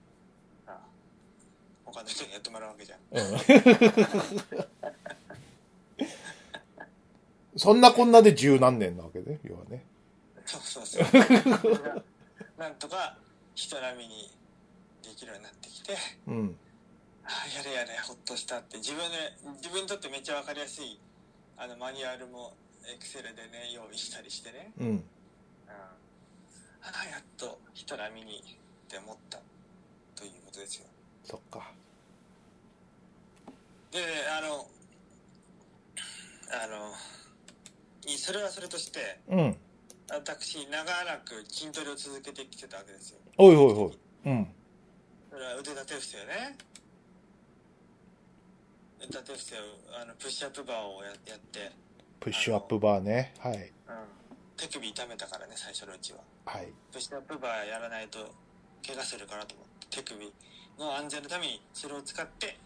さ他の人にやってもらうわけじゃん そんなこんなで十何年なわけね、要はね。そうそう そうなんとか人並みにできるようになってきてうん。あーやれやれほっとしたって自分で自分にとってめっちゃ分かりやすいあのマニュアルもエクセルでね用意したりしてね、うん。うん、ああやっと人並みにって思ったということですよそっか。であのあのいそれはそれとしてうん。私長らく筋トレを続けてきてたわけですよおいおいおい。うん。それは腕立て伏せよね腕立て伏せをあのプッシュアップバーをややってプッシュアップバーね。はい。手首痛めたからね最初のうちははい。プッシュアップバーやらないと怪我するからと思って手首の安全のためにそれを使って、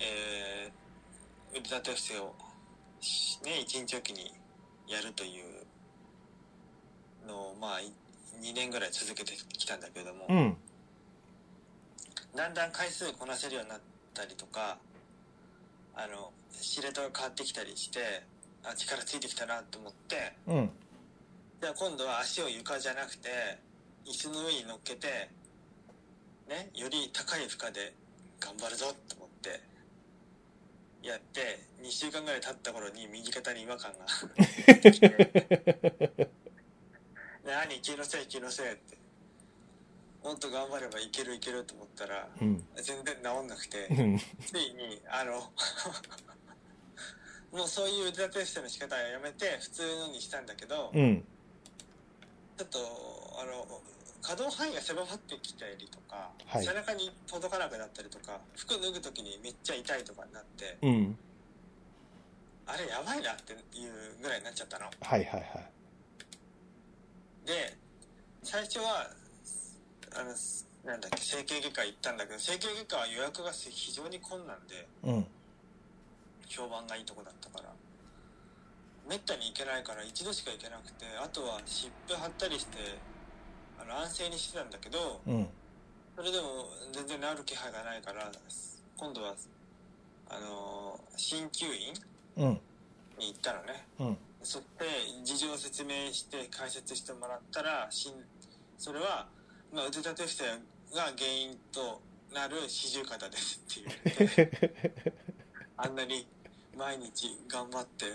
えー腕立て伏せをしね一日おきにやるというのをまあい2年ぐらい続けてきたんだけども、うん。だんだん回数をこなせるようになったりとかあの司令塔が変わってきたりしてあ力ついてきたなと思ってうん。じゃあ今度は足を床じゃなくて椅子の上に乗っけてねより高い負荷で頑張るぞと思ってやって2週間ぐらい経った頃に右肩に違和感が出てきて「何気のせい気のせい」ってもっと頑張ればいけるいけると思ったらうん。全然治んなくて うん。ついにあの もうそういう腕立て伏せの仕方はやめて普通のにしたんだけど、うん。ちょっとあの可動範囲が狭まってきたりとか、はい背中に届かなくなったりとか服脱ぐ時にめっちゃ痛いとかになってうん。あれやばいなっていうぐらいになっちゃったのはいはいはい。で最初はあのなんだっけ整形外科行ったんだけど整形外科は予約が非常に困難でうん。評判がいいとこだったからめったに行けないから一度しか行けなくてあとは湿布貼ったりしてあの安静にしてたんだけどうん。それでも全然治る気配がないから今度はあの鍼灸院うん。に行ったのねうん。そって事情を説明して解説してもらったらしんそれは、まあ、腕立て伏せが原因となる四十肩ですって言われてあんなに毎日頑張ってね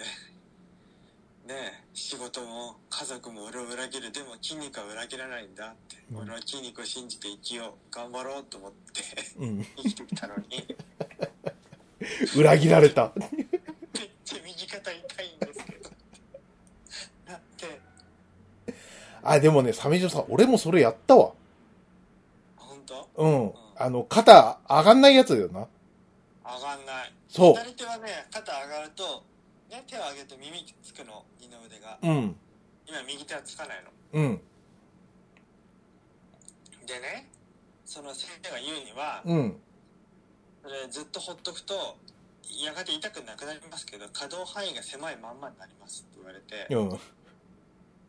え仕事も家族も俺を裏切るでも筋肉は裏切らないんだって、うん俺は筋肉を信じて生きよう頑張ろうと思ってうん。生きてきたのに裏切られた。めっちゃ右肩痛いんですけどだってあ、でもね、鮫島さん、俺もそれやったわ。本当うん。あの、肩上がんないやつだよな。上がんないそ左手はね肩上がると、ね、手を上げると耳つくの二の腕がう。うん。今右手はつかないのうん。でねその先生が言うにはうん。それずっとほっとくとやがて痛くなくなりますけど可動範囲が狭いまんまになりますって言われてうん。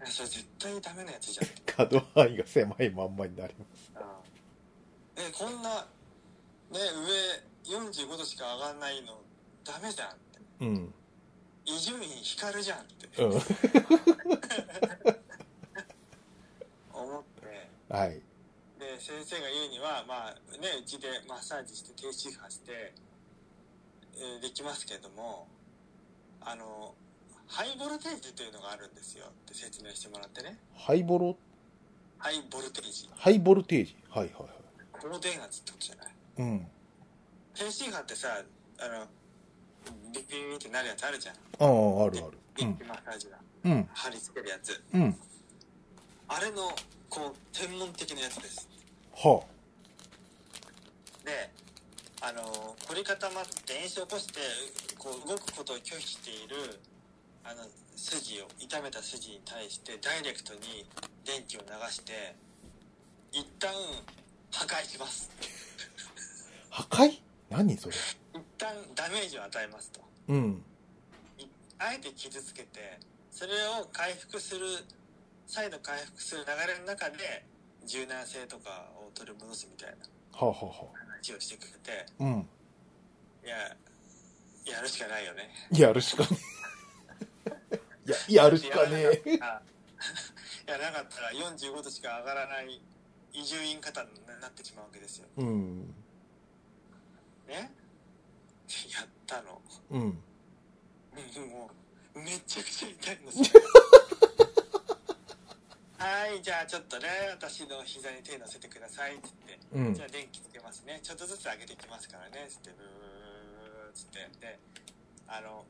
それ絶対ダメなやつじゃんって、可動範囲が狭いまんまになります。うん、えこんなね上45度しか上がんないのダメじゃんってうん。伊集院光じゃんってうん。思って。はい。で先生が言うにはまあねうちでマッサージして低周波して、えーできますけどもあのハイボルテージというのがあるんですよって説明してもらってねハイボロ、ハイボルテージハイボルテージ。はいはいは高電圧ってことじゃないい。うん。低周波ってさあのビビビビってなるやつあるじゃんああ、あるある。ビッグマッサージがうん。うん。貼り付けるやつうん。あれのこう天文的なやつですはであの凝り固まって炎症を起こしてこう動くことを拒否しているあの筋を痛めた筋に対してダイレクトに電気を流して一旦破壊しますあ。破壊何それ。一旦ダメージを与えますとうん。あえて傷つけてそれを回復する再度回復する流れの中で柔軟性とかを取り戻すみたいなはあ、はあは話をしてくれてあ。うん。いややるしかないよねやるしかねえ。や、やるしかねえ。い やなかったら45度しか上がらない移住員方になってしまうわけですようん。ねやったのうん。うんもうめちゃくちゃ痛い んですよはいじゃあちょっとね私の膝に手乗せてくださいっつってうんじゃ。あ電気つけますねちょっとずつ上げていきますからねつってブーっつってであの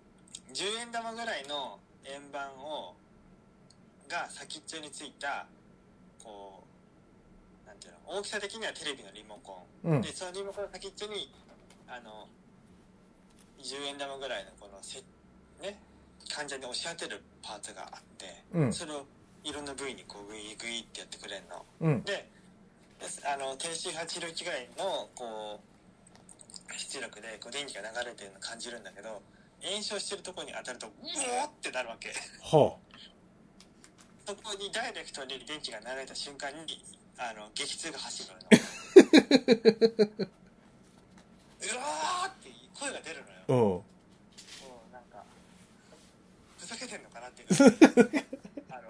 10円玉ぐらいの円盤をが先っちょについたこうなんていうの大きさ的にはテレビのリモコうンんで。そのリモコンの先っちょにあの10円玉ぐらいのこのせね患者に押し当てるパーツがあってうん。それをいろんな部位にこうグイグイってやってくれるの。うん。でですあの低周波治療機外のこう出力でこう電気が流れてるの感じるんだけど炎症してるところに当たるとうおーってなるわけはそこにダイレクトに電気が流れた瞬間にあの激痛が走る のようわーって声が出るのようん。もうなんかふざけてんのかなっていう あの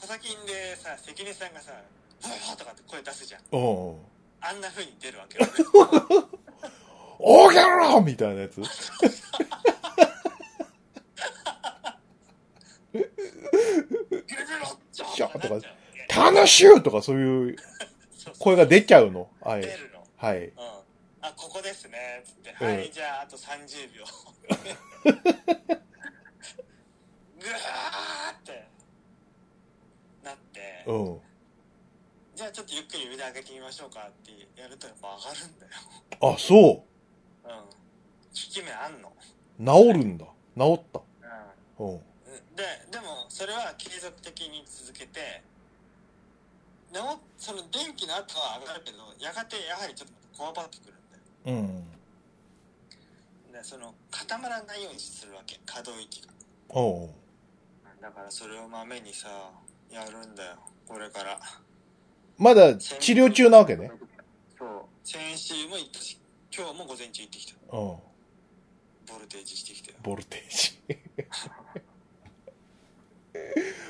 小崎んでさ関根さんがさ「うわーとかって声出すじゃんうん。あんな風に出るわ けよおーげろみたいなやつ。ギュルギュルッチシャョーーとかなっちゃう楽しゅうとかそういうそうそう声が出ちゃうの。はい。出るのはい。うんあここですねつって「はういんじゃああと30秒」 ぐわーってなってうん。じゃあちょっとゆっくり腕上げてみましょうかってやるとやっぱ上がるんだよあ、そうん効き目あんのう。治るんだ。治った。ううん。んででもそれは継続的に続けてでもその電気の後は上がるけどやがてやはりちょっとこわばってくるんだようん。でその固まらないようにするわけ可動域がうん。だからそれをまめにさやるんだよこれからまだ治療中なわけね。そう先週も行ったし今日も午前中行ってきたうん。ボルテージしてきたよボルテージ。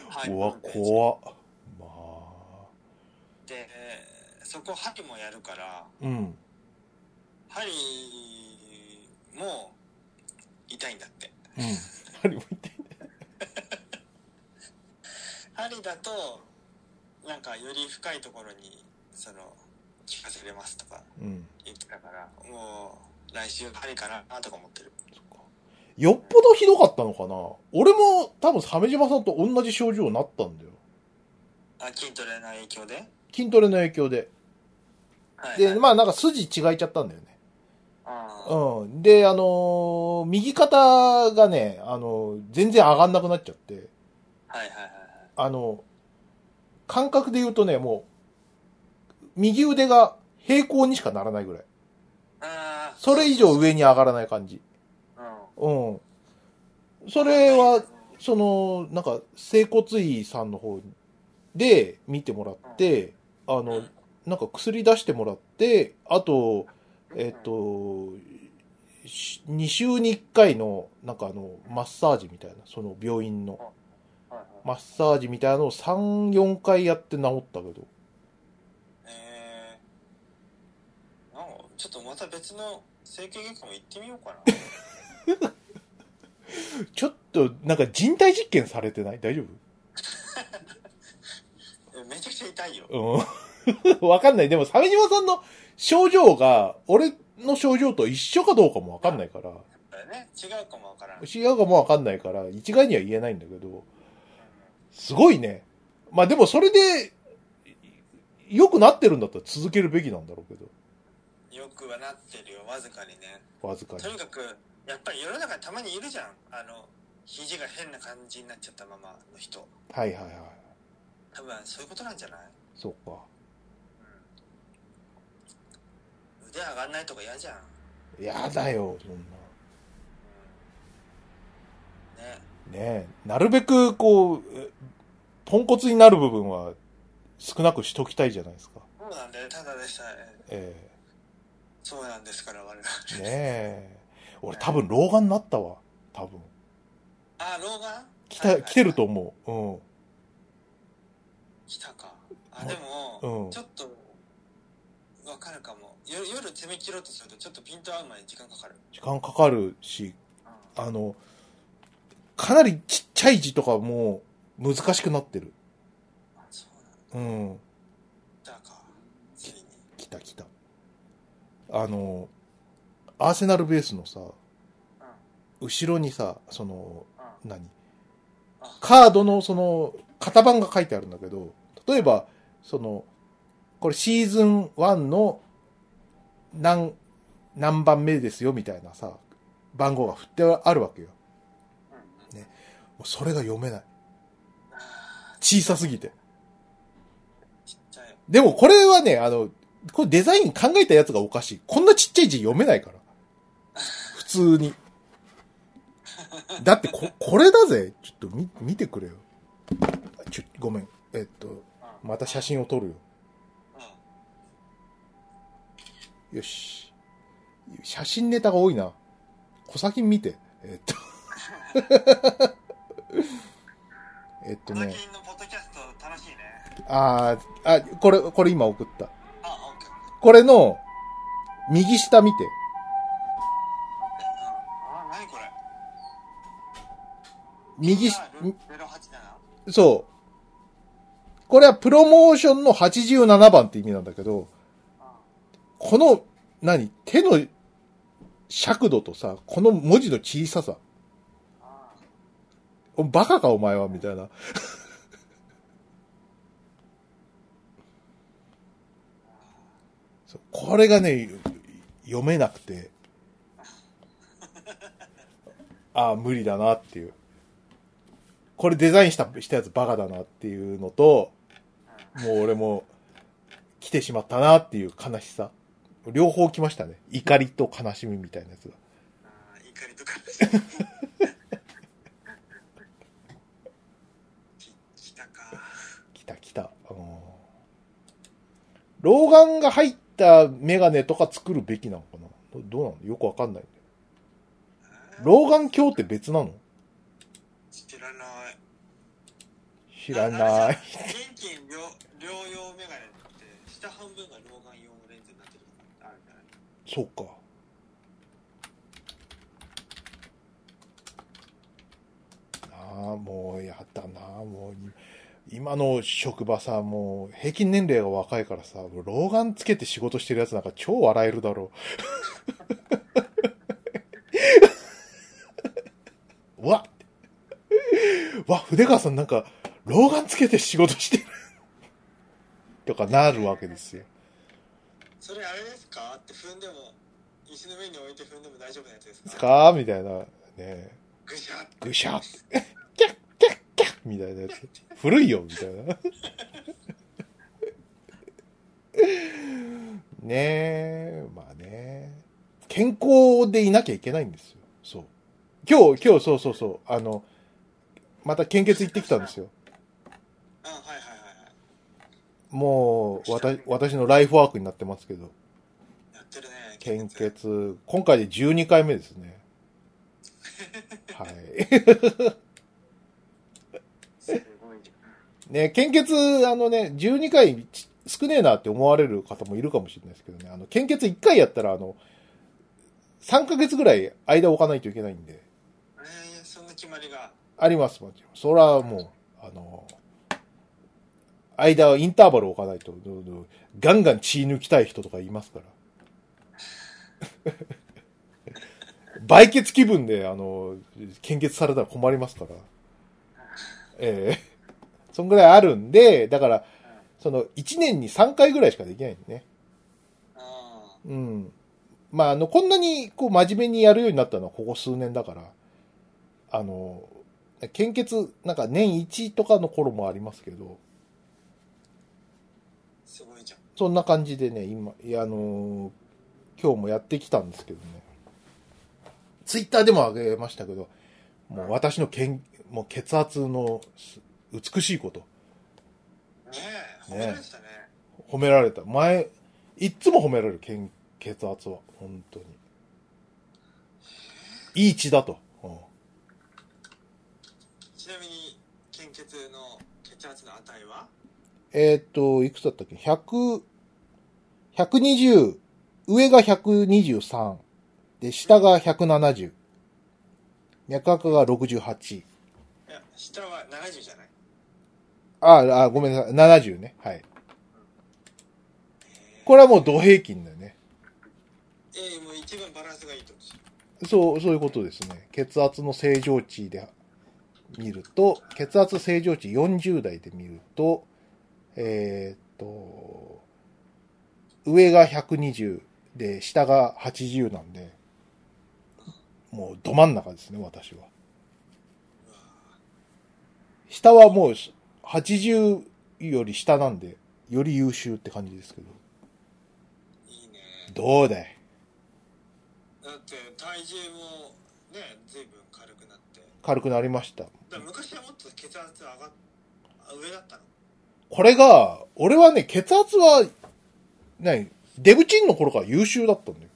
はうわ、っ怖っ。まあ。でそこ針もやるから うん。針も痛いんだってうん。針も痛い針だとなんかより深いところにその効かせれますとかうん。言ってたからもう来週針かなとか思ってるそっかよっぽどひどかったのかな俺も多分鮫島さんと同じ症状になったんだよ。あ筋トレの影響で筋トレの影響で。はいはで、いまあなんか筋違えちゃったんだよね。あーうん。で、あのー右肩がね、あのー全然上がんなくなっちゃって、はいはいはいはいあの感覚で言うとね、もう、右腕が平行にしかならないぐらい。あーそれ以上上に上がらない感じ。うんうん。それは、その、なんか、整骨院さんの方で見てもらって、あの、なんか薬出してもらって、あと、えっ、と、し2週に1回の、なんかあの、マッサージみたいな、その病院のはいはいマッサージみたいなのを3、4回やって治ったけど。えーなんかちょっとまた別の整形外科も行ってみようかなちょっと、なんか人体実験されてない大丈えめちゃくちゃ痛いよ夫うん。 わかんない。でも、鮫島さんの症状が、俺の症状と一緒かどうかもわかんないから。だよね違うかもわからん知り合うかもわかんないから、一概には言えないんだけど、すごいね。まあでもそれで、良くなってるんだったら続けるべきなんだろうけよくはなってるよわずかにねど、わずかにと。にかくやっぱり世の中にたまにいるじゃんあの肘が変な感じになっちゃったままの人はいはいはい。多分そういうことなんじゃないそうか。腕上がんないとか嫌じゃん、やだよ、そんうん、ねな。ねえ。なるべく、こう、えポンコツになる部分は少なくしときたいじゃないですか。そうなんだよただでさええそうなんですから我々えねえ。俺多分老眼になったわ。多分。あ老眼は来いた、はい来てると思う。来たかあうんでも、うんちょっとわかるかも夜夜爪切ろうとするとちょっとピント合うまで時間かかる、うん。時間かかるし、うんあの、かなりちっちゃい字とかも難しくなってる。あそうなんうん。だかついにきたきた。あの、アーセナルベースのさ、後ろにさ、その、う何あカードのその、型番が書いてあるんだけど、例えば、その、これシーズン1の何、何番目ですよみたいなさ、番号が振ってあるわけよ。んうんうんもうそれが読めない。あー小さすぎて。ちっちゃいでもこれはね、あの、これデザイン考えたやつがおかしい。こんなちっちゃい字読めないから。普通に。だってこ、これだぜ。ちょっと見、見てくれよ。ちょごめんえっとうんまた写真を撮るようんよし写真ネタが多いな小先見てえっと えっと最ね近のポッドキャスト楽しいねあーあこれこれ今送ったあオッケーこれの右下見てうんあ何これ右し下087そう。これはプロモーションの87番って意味なんだけど、この、何手の尺度とさ、この文字の小ささ。おバカかお前は、みたいな。そうこれがね、読めなくて、ああ、無理だなっていう。これデザインしたしたやつバカだなっていうのと、もう俺も来てしまったなっていう悲しさ。両方来ましたね。怒りと悲しみみたいなやつが。あー怒りと かき来たか来た来た。うん老眼が入ったメガネとか作るべきなのかなどどうなのよくわかんない。老眼鏡って別なの知らない知らない。遠近両両用メガネって下半分が老眼用のレンズになってるとかあるんじゃないそうか。ああ、もうやだな、もうい今の職場さ、もう平均年齢が若いからさ、もう老眼つけて仕事してるやつなんか超笑えるだろう。 うわうわ、筆川さんなんか老眼つけて仕事してる。とかなるわけですよ。それあれですかって踏んでも椅子の上に置いて踏んでも大丈夫なやつですですかかみたいな。ねぐしゃっぐしゃキャッキャッキャッみたいなやつ。古いよみたいな。 ねえ、まあね。健康でいなきゃいけないんですよ。そう。今日、今日、そうそうそう。あの、また献血行ってきたんですよ。あはいはいはいはもう、わた私のライフワークになってますけど。いやってるね献血。今回で12回目ですね。はい。すごいじゃんね、献血、あのね、12回ち少ねえなって思われる方もいるかもしれないですけどね、あの、献血1回やったら、あの、3ヶ月ぐらい間を置かないといけないんで、えー、そんな決まりがあります、もちろん。それはもう、あの、間、インターバルを置かないと、どうどうガンガン血抜きたい人とかいますから。売血気分で、あの、献血されたら困りますから。ええそんぐらいあるんで、だから、その、1年に3回ぐらいしかできないんでね。あうん。まあ、あの、こんなに、こう、真面目にやるようになったのはここ数年だから、あの、献血、なんか年1とかの頃もありますけど、すごいじゃんそんな感じでね、今、いやあのー今日もやってきたんですけどね。ツイッターでも上げましたけど、もう私のけんもう血圧のす美しいこと、ねえ褒められてたね褒められた。前、いっつも褒められる、けん血圧は。本当に。いい血だと。うんちなみに献血の血圧の値はえーっと、いくつだったっけ ?100、120、上が123、で、下が170、脈拍が68。いや下は70じゃないああ、ごめんなさい、70ね。はい。えこれはもう同平均だよね。えーもう一番バランスがいいとそう、そういうことですね。血圧の正常値で見ると、血圧正常値40代で見ると、えーっと、上が120で、下が80なんで、もうど真ん中ですね、私は。下はもう80より下なんで、より優秀って感じですけど。いいねどうだいだって体重もね随分軽くなって軽くなりました。だから昔はもっと血圧上がっあ上だったのこれが、俺はね、血圧は、何デブチンの頃から優秀だったんだよ。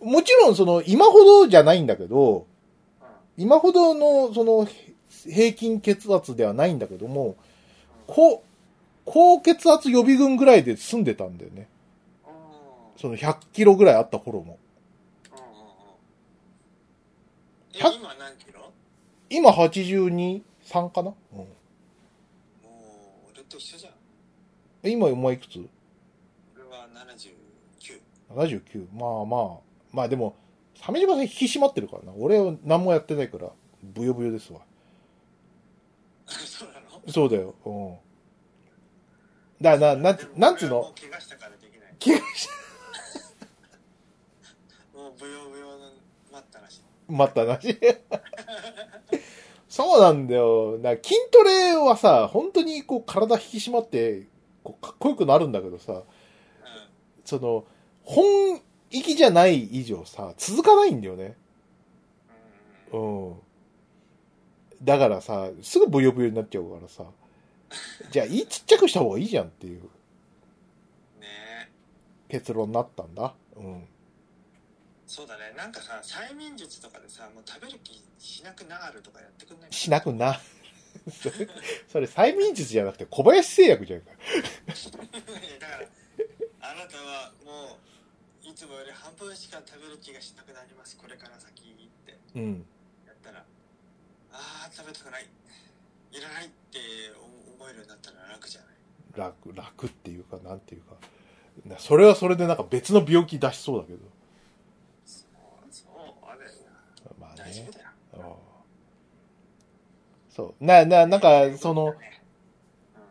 もちろん、その、今ほどじゃないんだけど、今ほどの、その、へ平均血圧ではないんだけども、高、高血圧予備軍ぐらいで済んでたんだよね。うんうんその100キロぐらいあった頃も。うんうんうんえは今何キロ今82、3かなうん。もう俺と一緒じゃんえ今お前いくつ俺は79 79。まあまあ。まあでも、鮫島さん引き締まってるからな。俺は何もやってないから、ブヨブヨですわ。 そうなのそうだよ。うん。だからな、なんつで、もなんつう俺はもの怪我したからできない怪我しもうブヨブヨのなったらしいまたな し。そうなんだよ。な筋トレはさ、本当にこう体引き締まって、こうかっこよくなるんだけどさ、うんその、本意気じゃない以上さ、続かないんだよね。うんうんうん。だからさ、すぐブヨブヨになっちゃうからさ、じゃあ、いいちっちゃくした方がいいじゃんっていうねえ結論になったんだ。うん。そうだねなんかさ催眠術とかでさもう食べる気しなくなるとかやってくんないしなくな。 それ、それ催眠術じゃなくて小林製薬じゃないか。だからあなたはもういつもより半分しか食べる気がしなくなりますこれから先ってうん。やったらあー食べたくないいらないって思えるようになったら楽じゃない楽、楽っていうか、なんていうか。なそれはそれでなんか別の病気出しそうだけど。そうそうあれまあ大丈ね夫。だようんそう。な、な、なんか、その、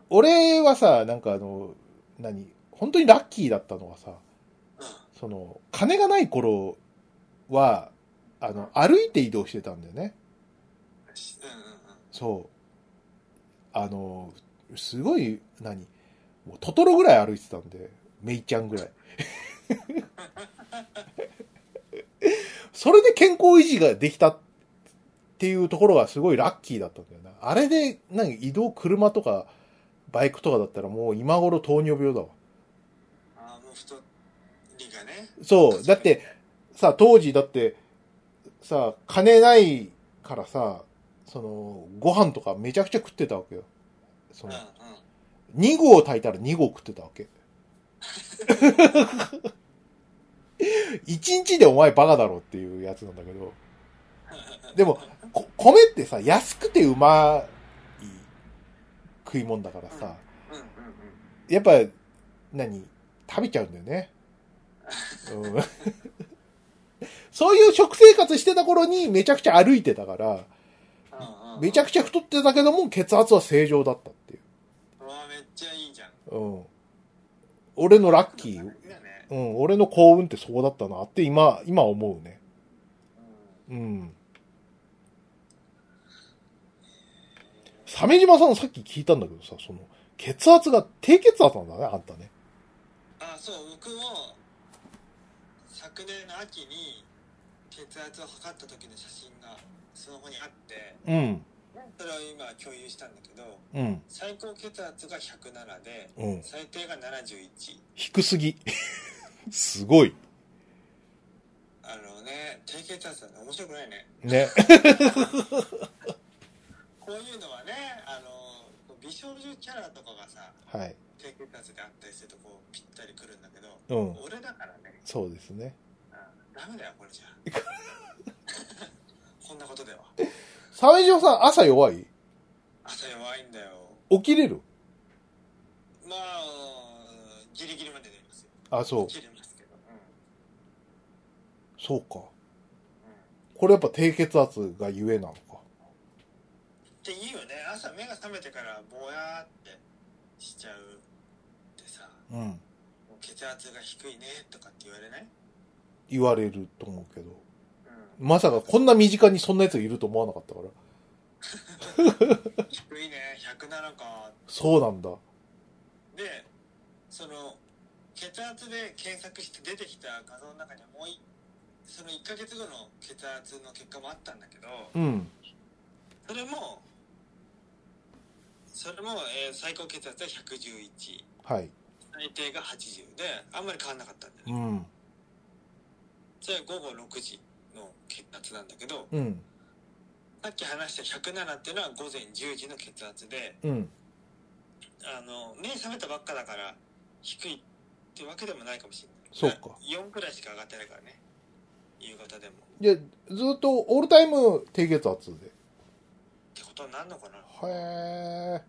俺はさ、なんかあの、何本当にラッキーだったのはさ、うんその、金がない頃は、あの、歩いて移動してたんだよね。しうんうんうんそう。あの、すごい、何もうトトロぐらい歩いてたんで、メイちゃんぐらい。 それで健康維持ができたっていうところがすごいラッキーだったんだよな。あれで、何移動車とか、バイクとかだったらもう今頃糖尿病だわ。ああもう太りがねそう。だって、さ、当時だって、さ、金ないからさ、その、ご飯とかめちゃくちゃ食ってたわけよ。そうんのう、ん2合炊いたら2合食ってたわ け。1日でお前バカだろっていうやつなんだけど、でもこ米ってさ、安くてうまい食い物だからさ、うんうんうんやっぱ、何食べちゃうんだよね。うん そういう食生活してた頃にめちゃくちゃ歩いてたから、うんうんめちゃくちゃ太ってたけども血圧は正常だったっていうわめっちゃいいじゃんう。うん。俺のラッキー、だねうん、俺の幸運ってそうだったなって今、今思うね。うんうん。鮫島さんさっき聞いたんだけどさ、その、血圧が低血圧なんだね、あんたね。あそう僕も昨年の秋に血圧を測った時の写真がスマホにあってうん。それを今共有したんだけどうん。最高血圧が107でうん。最低が71低すぎ。 すごい。あのね低血圧なんて面白くないね ね。こういうのはねあの美少女キャラとかがさはい。低血圧であったりするとこうぴったりくるんだけどうん。俺だからね、そうですね。うん、ダメだよこれじ ゃこんなことでは鮫島さん朝弱い朝弱いんだよ起きれるまあ、ギリギリまで寝ますよ。あ、そう。起きれますけど。うそうか。ん。うん。っこれやっぱ低血圧がゆえなのか。て言うよね。朝目が覚めてからぼやーってしちゃうってさ、うん。もう血圧が低いねとかって言われない言われると思うけど。うまさかこんな身近にそんな奴がいると思わなかったから。ん。低いね、107か。そうなんだ。で、その、血圧で検索して出てきた画像の中にはもうい、その1ヶ月後の血圧の結果もあったんだけど、うん。それもそれも、えー最高血圧が111はい。最低が80であんまり変わんなかったんだよねうん。それは午後6時の血圧なんだけどうん。さっき話した107っていうのは午前10時の血圧でうん。あの目覚めたばっかだから低いってわけでもないかもしれないそうか4くらいしか上がってないからね夕方でもっじゃあずっとオールタイム低血圧で。てことになるのかなへえ。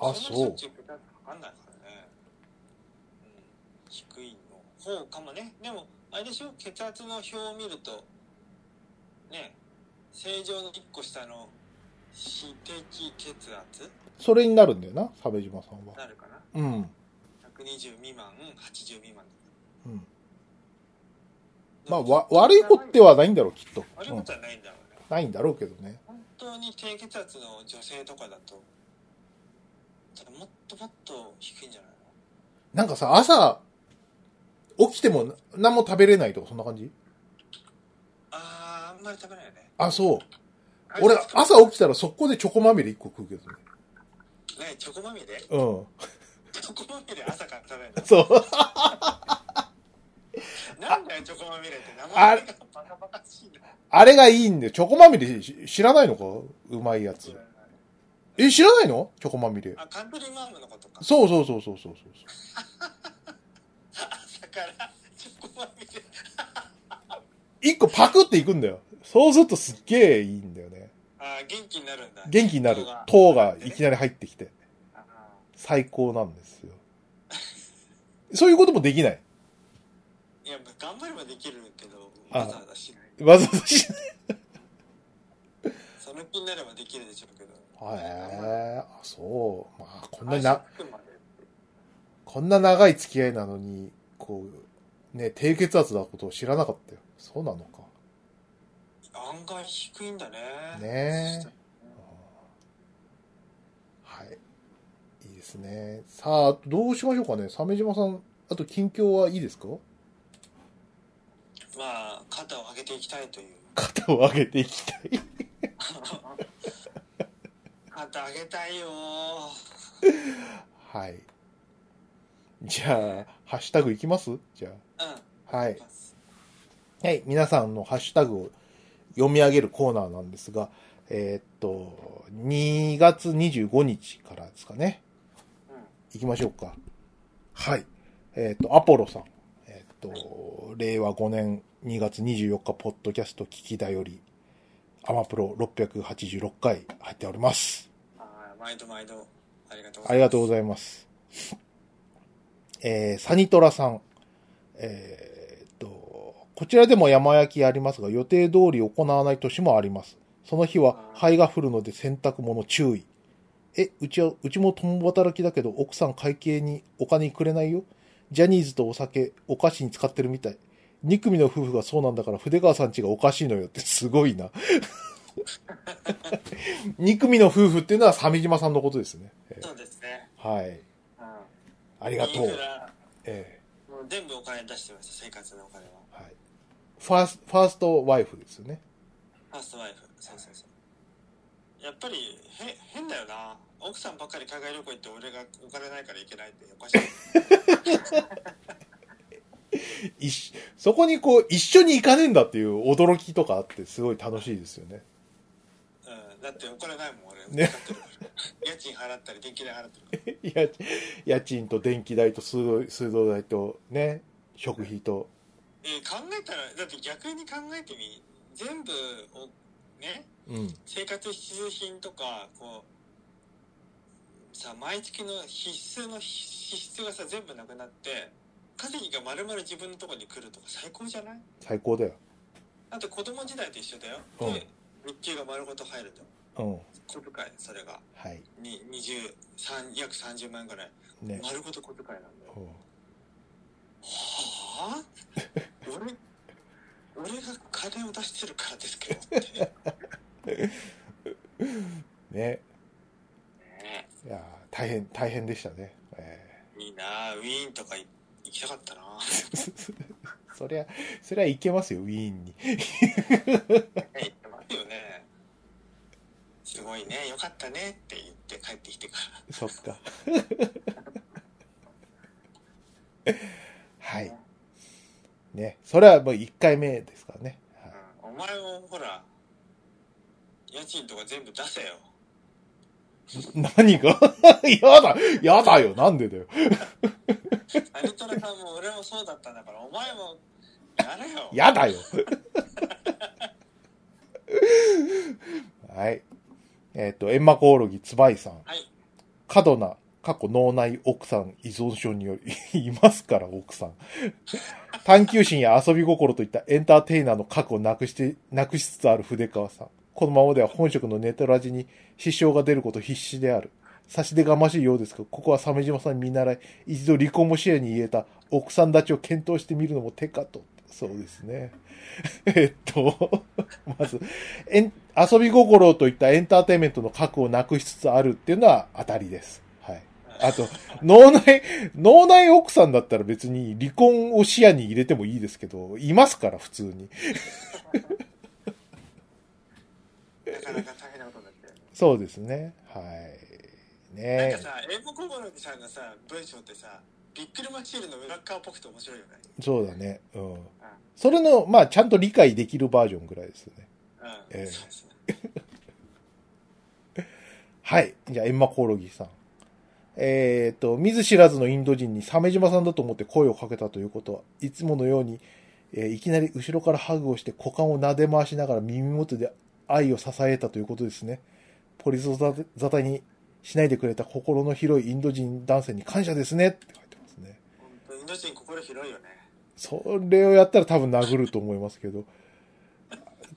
あんなそうしょっちゅ血圧かかんないからね、うん、低いの方かもねでもあれでしょ血圧の表を見るとね正常の1個下の私的血圧それになるんだよな、鮫島さんは。なるかなうん。 120未満80未満うん。でまあ、もわ、悪いことではないんだろう、きっと。悪いうこんと。はないんだろうね、ないんだろうけどね。本当に低血圧の女性とかだとただもっともっと低いんじゃないなんかさ、朝、起きてもな何も食べれないとか、そんな感じのあーあんまり食べないよねあ、そう。俺、朝起きたら速攻でチョコまみれ1個食うけどね。ねチョコまみれうん。チョコまみれ朝から食べるそう。のなんだよチョコまみれって名あ前がバカバカしいなあれがいいんだよ。チョコまみれし知らないのかうまいやつ。え、知らないのチョコまみれ。あカントリーマームのことかそうそうそうそうそうそう。朝からチョコまみれ一個パクっていくんだよ。そうするとすっげえいいんだよね。あー元気になるんだ元気になる糖が。糖がいきなり入ってきて。あ最高なんですよ。そういうこともできない。ーいやまあ頑張ればできるけどあわざわざしないわざわざしない。その気になればできるでしょうけどへえ、あ、そう。まあ、こんな朝にな、着くまでこんな長い付き合いなのに、こう、ね、低血圧なことを知らなかったよ。そうなのか。案外低いんだねねえはい。いいですね。さあ、どうしましょうかね。鮫島さん、あと近況はいいですかまあ肩を上げていきたいという 肩を上げていきたい。肩上げたいよはい。じゃあ、ハッシュタグいきますじゃうんあ。はい。ますはい、皆さんのハッシュタグを読み上げるコーナーなんですが、えーっと、2月25日からですかね。うん行きましょうか。はい。えーっと、アポロさん。えーっと、令和5年2月24日、ポッドキャスト聞きだより、アマプロ686回入っております。はい毎度毎度ありがとうごあざいりますがとうございます。えーサニトラさん。えーっと、こちらでも山焼きありますが、予定通り行わない年もあります。その日は灰が降るので洗濯物注意。え、うちは、うちも共働きだけど、奥さん会計にお金くれないよ。ジャニーズとお酒、お菓子に使ってるみたい。2組の夫婦がそうなんだから、筆川さんちがおかしいのよってすごいな。2組の夫婦っていうのは鮫島さんのことですね。えーそうですねはい。うんありいがとう。くらえもう全部お金出してます生活のお金はえはい。ファースファーストワイフですよね。ファーストワイフそうそうそうやっぱりへ変だよな奥さんばっかり海外旅行行って俺がお金ないから行けないっておかし い一緒そこにこう、一緒に行かねえんだっていう驚きとかあって、すごい楽しいですよね。う んだってお金ないもん俺、ね使ってる から家賃払ったり電気代払ってるか家家賃と電気代と水道水道代とね、食費と。ら、えー考えたらだって逆に考えてみ全部をねうん。生活必需品とかこうさ毎月の必須の支出がさ全部なくなって稼ぎがまるまる自分のところに来るとか最高じゃない最高だよ。だって子供時代と一緒だよ、うんで日給が丸ごと入るとうん。小遣いそれがはい。に20 3約30万ぐらいね。丸ごと小遣いなんだようんはあ俺俺が金を出してるからですけどっ てねね。いやー大変、大変でしたね。え いいなあウィーンとかい行きたかったなえそりゃ、そりゃ行けますよ、ウィーンに。え行ってますよねすごいねよかったねって言っって帰ってきてかそっか。ら。はい。ね。それはもう1回目ですからね。はいうん。お前もほら、家賃とか全部出せよ。何が やだやだよなんでだよアリトラさんも俺もそうだったんだから、お前もやれよ。やだよはい。えっ、と、エンマコオロギ、ツバイさん。はい。過度な、過去脳内奥さん依存症により、いますから、奥さん。探求心や遊び心といったエンターテイナーの過去をなくして、なくしつつある筆川さん。このままでは本職のネトラジに支障が出ること必至である。差し出がましいようですが、ここは鮫島さん見習い、一度離婚も視野に入れた奥さんたちを検討してみるのも手かと。そうですね。えっと、まず、エン遊び心といったエンターテインメントの核をなくしつつあるっていうのは当たりです。はい。あと、 脳内、脳内奥さんだったら別に離婚を視野に入れてもいいですけど、いますから、普通に。なかなか大変なことになってる。そうですね。はい。なんねかさ、エンボコゴロギさんのさ、文章ってさ、ビックルマシールの裏っ側っぽくて面白いよね。そうだね。うん。それの、まあ、ちゃんと理解できるバージョンぐらいですね。うん。ええそうですね。はい。じゃあ、エンマコオロギさん。えっ、と、見ず知らずのインド人に鮫島さんだと思って声をかけたということは、いつものように、えーいきなり後ろからハグをして股間を撫で回しながら耳元で愛を支えたということですね。ポリゾザ沙汰にしないでくれた心の広いインド人男性に感謝ですねって書いてますね。本当インド人心広いよね。それをやったら多分殴ると思いますけど。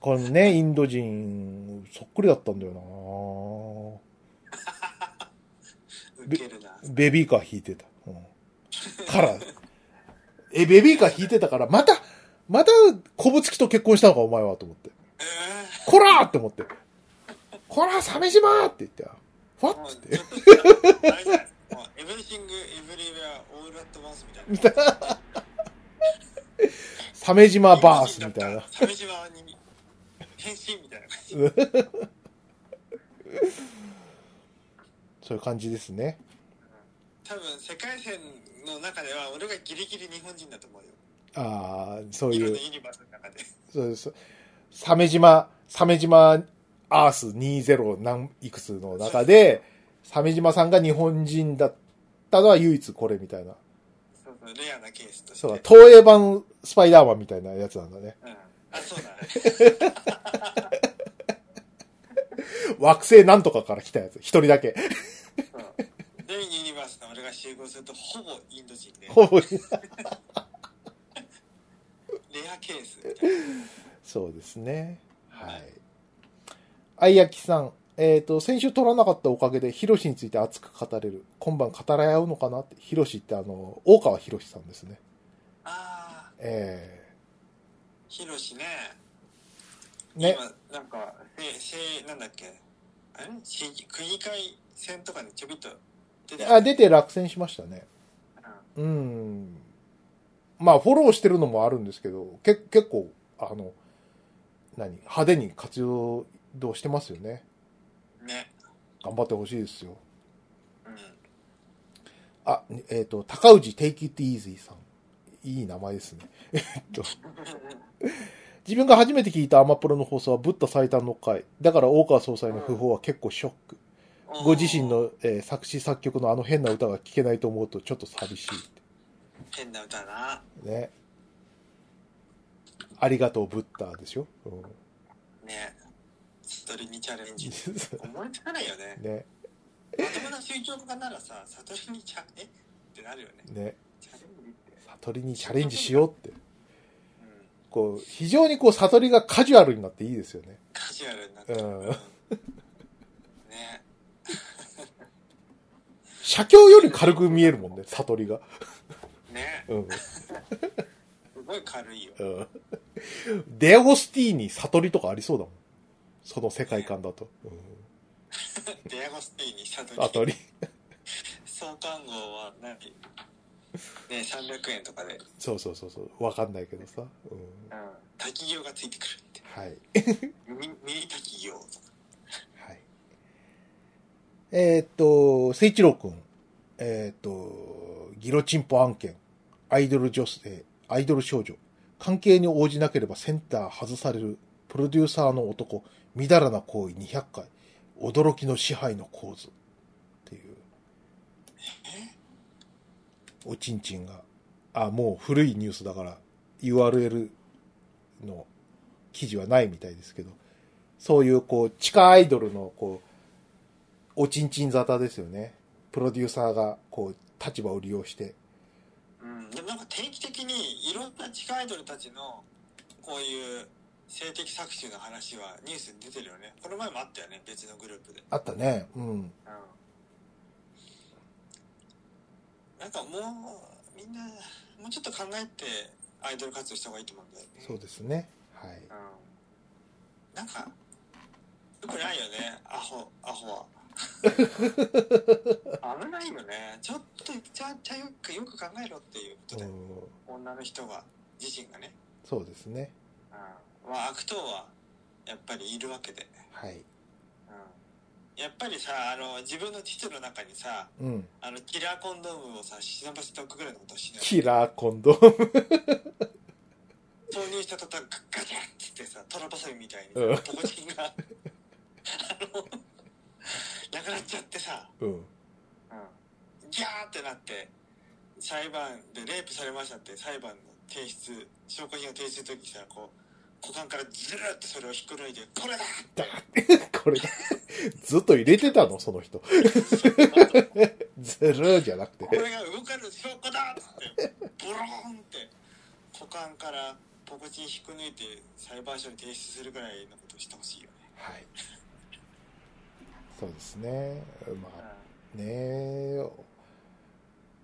このね、インド人、そっくりだったんだよなぁ。ウケるな。ベビーカー引いてた。うん、から、え、ベビーカー引いてたから、また、また、小ぶつきと結婚したのか、お前は、と思って。えこらーって思って。こらー、鮫島ーって言って、ふわえもっうつちっ。ょってとさ、あれだよもうエブリシング、エブリウェア、オールアットマンスみたいな。鮫島バースみたいな。。鮫島に変身みたいな感じ。そういう感じですね。多分世界線の中では俺がギリギリ日本人だと思うよ。ああ、そういろんいうな、ユニバースの中で。そうです。鮫島、鮫島アース20何いくつの中で、鮫島さんが日本人だったのは唯一これみたいな。そうそう、レアなケースとして。そうだ、東映版スパイダーマンみたいなやつなんだね。うん。あ、そうだね。惑星なんとかから来たやつ、一人だけ。そうで、ユニバースの俺が集合するとほぼインド人で、ほぼレアケースみたいな。そうですね。は。はいあいやきさん。えっ、と、先週取らなかったおかげで、ヒロシについて熱く語れる。今晩語らい合うのかなって。ヒロシってあの、大川ヒロシさんですね。あー、えヒロシね。えね。今、なんか、せ、せ、なんだっけ。あれ市議区議会選とかにちょびっと出てたあ、出て落選しましたね。うんうん。まあ、フォローしてるのもあるんですけど、け結構、あの、何派手に活用してますよね。ね。頑張ってほしいですよ。うん。 あ、ねえっ、と、高氏 Take It Easy さん。いい名前ですね。自分が初めて聞いたアマプロの放送はブッダ最短の回。だから大川総裁の訃報は結構ショック。ご自身の、えー作詞作曲のあの変な歌が聴けないと思うとちょっと寂し変な歌だな。い。ね。ありがとうブッダでしょ、うん ね。ストリにチャレンジ。思いつかないよね。ね。まともな宗教家ならさ、悟りにチャ、えってなるよね。ね。チャレンジって。悟りにチャレンジしようって。うん。こう、非常にこう悟りがカジュアルになっていいですよね。カジュアルになってる。うんうんね。写経より軽く見えるもんね、悟りが。ね。うん。すごい軽いよ。 うんデオスティーに悟りとかありそうだもん。その世界観だと。うんデアゴスティーに悟り。悟り。相関号は何ね300円とかで、そうそうそうそう。わかんないけどさ。うん滝行がついてくるってはい。ミミニ滝行とかはい。えーっと、誠一郎くん。えーっと、ギロチンポ案件。アイドル女性、アイドル少女。関係に応じなければセンター外される。プロデューサーの男。みだらな行為200回。驚きの支配の構図。っていう。おちんちんが。あ、もう古いニュースだから URL の記事はないみたいですけど。そういうこう、地下アイドルのこう、おちんちん沙汰ですよね。プロデューサーが、こう、立場を利用して。うん、でもなんか定期的にいろんな地下アイドルたちのこういう性的搾取の話はニュースに出てるよねこの前もあったよね別のグループで、あったね。うん。うん、なんかもうみんなもうちょっと考えてアイドル活動した方がいいと思うんだよねそうですね。はうい。ん、なんかよくないよねアホア ホは危ないよねちょっとちゃちゃよくよく考えろっていうことでうん女の人が自身がね、そうですね。うんまあ、悪党はやっぱりいるわけで、はうい。ん、やっぱりさあの自分の父の中にさうん。あのキラーコンドームをさ忍ばせておくぐらいのことはしないキラーコンドーム。投入した途端ガッガチャンっつってさトラバサミみたいにうんポコチンがあのなくなっちゃってさ、うん。うん、ギャーってなって裁判でレイプされましたって裁判の提出証拠品を提出する時さこう股間からずるってそれを引っこ抜いて「これだ!」だってこれ、ずっと入れてたのその人。 ずるーじゃなくこて。れが動かぬ証拠だっつってボローンって股間からポコチン引っこ抜いて裁判所に提出するぐらいのことをしてほしいよね、はい。そうですね。まうあん、ねえ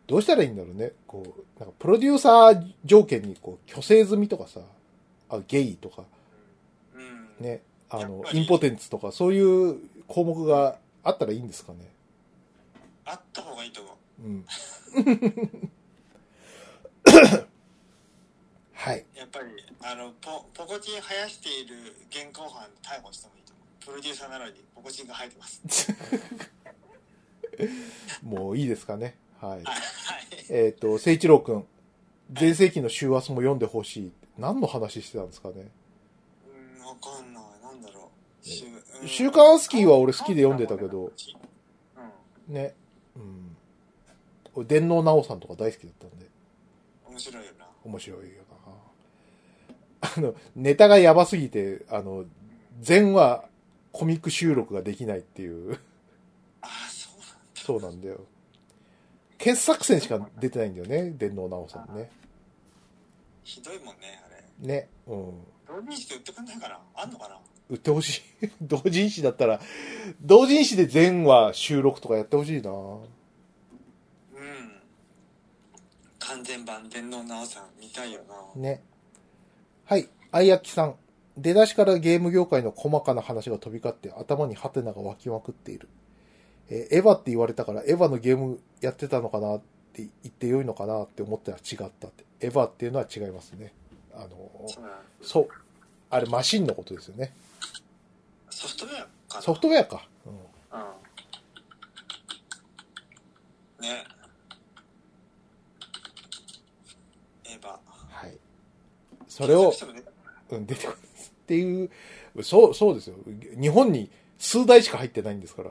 どうしたらいいんだろうねこうなんかプロデューサー条件にこう虚勢済みとかさあゲイとかうん、ねあやっのぱりインポテンツとかそういう項目があったらいいんですかねあった方がいいと思ううん はいやっぱりあのポポコチン生やしている現行犯逮捕してもいいと思うプロデューサーなのにポコチンが生えてますもういいですかねはいはいはいえっ、と誠一郎くん前世紀の週末も読んでほしい何の話してたんですかねうんわかんないなんだろうえ週,うん、週刊スキーは俺好きで読んでたけどうんね。うん。俺電脳直さんとか大好きだったんで、面白いよな面白いよな。あの、ネタがやばすぎて、あの、全話コミック収録ができないっていう、ああそうなんだそうなんだよ。傑作選しか出てないんだよね、電脳直さんね。ひどいもんねあれね。うん。同人誌で売ってくんないかなあんのかな売ってほしい。 同人誌だったら、同人誌で全話収録とかやってほしいな。うん完全版電脳直さん見たいよなね。はい。あいやきさん。出だしからゲーム業界の細かな話が飛び交って頭にハテナが湧きまくっている。えーエヴァって言われたからエヴァのゲームやってたのかなって言ってよいのかなって思ったら違ったって。エヴァっていうのは違いますね。あの、そうだなそう。あれマシンのことですよね。ソフトウェアかなソフトウェアか。うんうんねエヴァはい。それを検、索してもねうん、出てくるんです。っていう、そう、そうですよ。日本に数台しか入ってないんですから。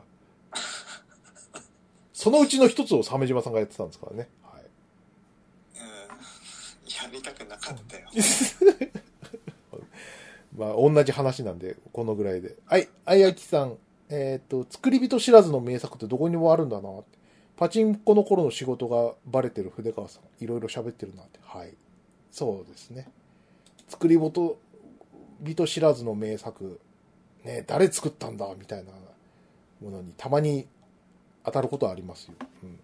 そのうちの一つを鮫島さんがやってたんですからね。はい。うんやりたくなかったよまあ、同じ話なんで、このぐらいで。はい、あやきさん。えっ、と、作り人知らずの名作ってどこにもあるんだなって。パチンコの頃の仕事がバレてる筆川さん。いろいろ喋ってるなって。はい。そうですね。作り人、人知らずの名作。ね、誰作ったんだみたいなものにたまに当たることはありますよ。うん、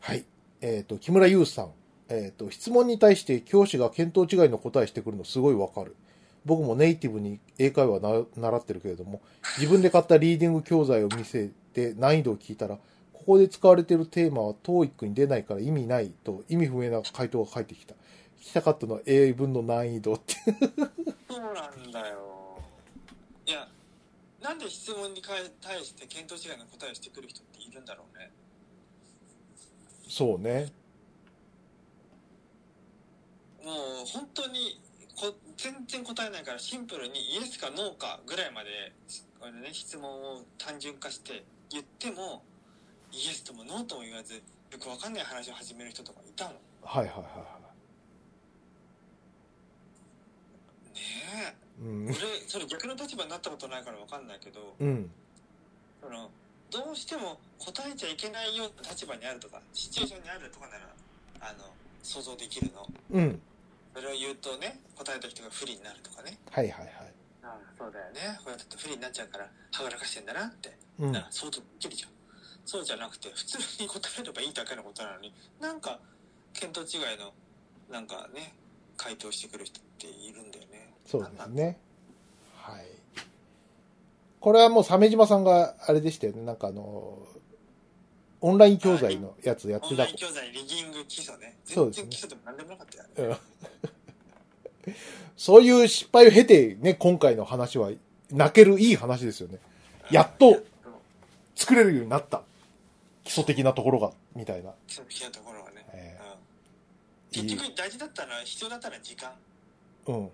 はい。えっ、と、木村優さん。えっ、と、質問に対して教師が見当違いの答えしてくるのすごいわかる。僕もネイティブに英会話な習ってるけれども、自分で買ったリーディング教材を見せて難易度を聞いたら、ここで使われているテーマは TOEIC に出ないから意味ないと意味不明な回答が返ってきた。聞きたかったのは英文の難易度って。そうなんだよいやなんで質問にかえ対して見当違いの答えをしてくる人っているんだろうねそうね。もう本当にこ全然答えないからシンプルにイエスかノーかぐらいまであの、ね、質問を単純化して言ってもイエスともノーとも言わずよくわかんない話を始める人とかいたのねはいはいはいはえい。うん俺。それ逆の立場になったことないからわかんないけどうん。そのどうしても答えちゃいけないような立場にあるとかシチュエーションにあるとかならあの想像できるのうん。それを言うとね答えた人が不利になるとかねはいはいはい。ああそうだよねこれだと不利になっちゃうからはぐらかしてんだなってうんな。らそうときるじゃんそうじゃなくて普通に答えればいいだけのことなのになんか見当違いのなんかね回答してくる人っているんだよねそうでなすんなんね。はい。これはもう鮫島さんがあれでしたよね。なんかあの、オンライン教材のやつやっオてンたライン。教材リギング基礎ねそう全です然ね基礎でも何でもなかったよねうんそういう失敗を経てね、今回の話は泣けるいい話ですよね。やっと作れるようになった。基礎的なところが、みたいな。基礎的なところはね、えうんーい結い局大事だったのは必要だったのは時間うん。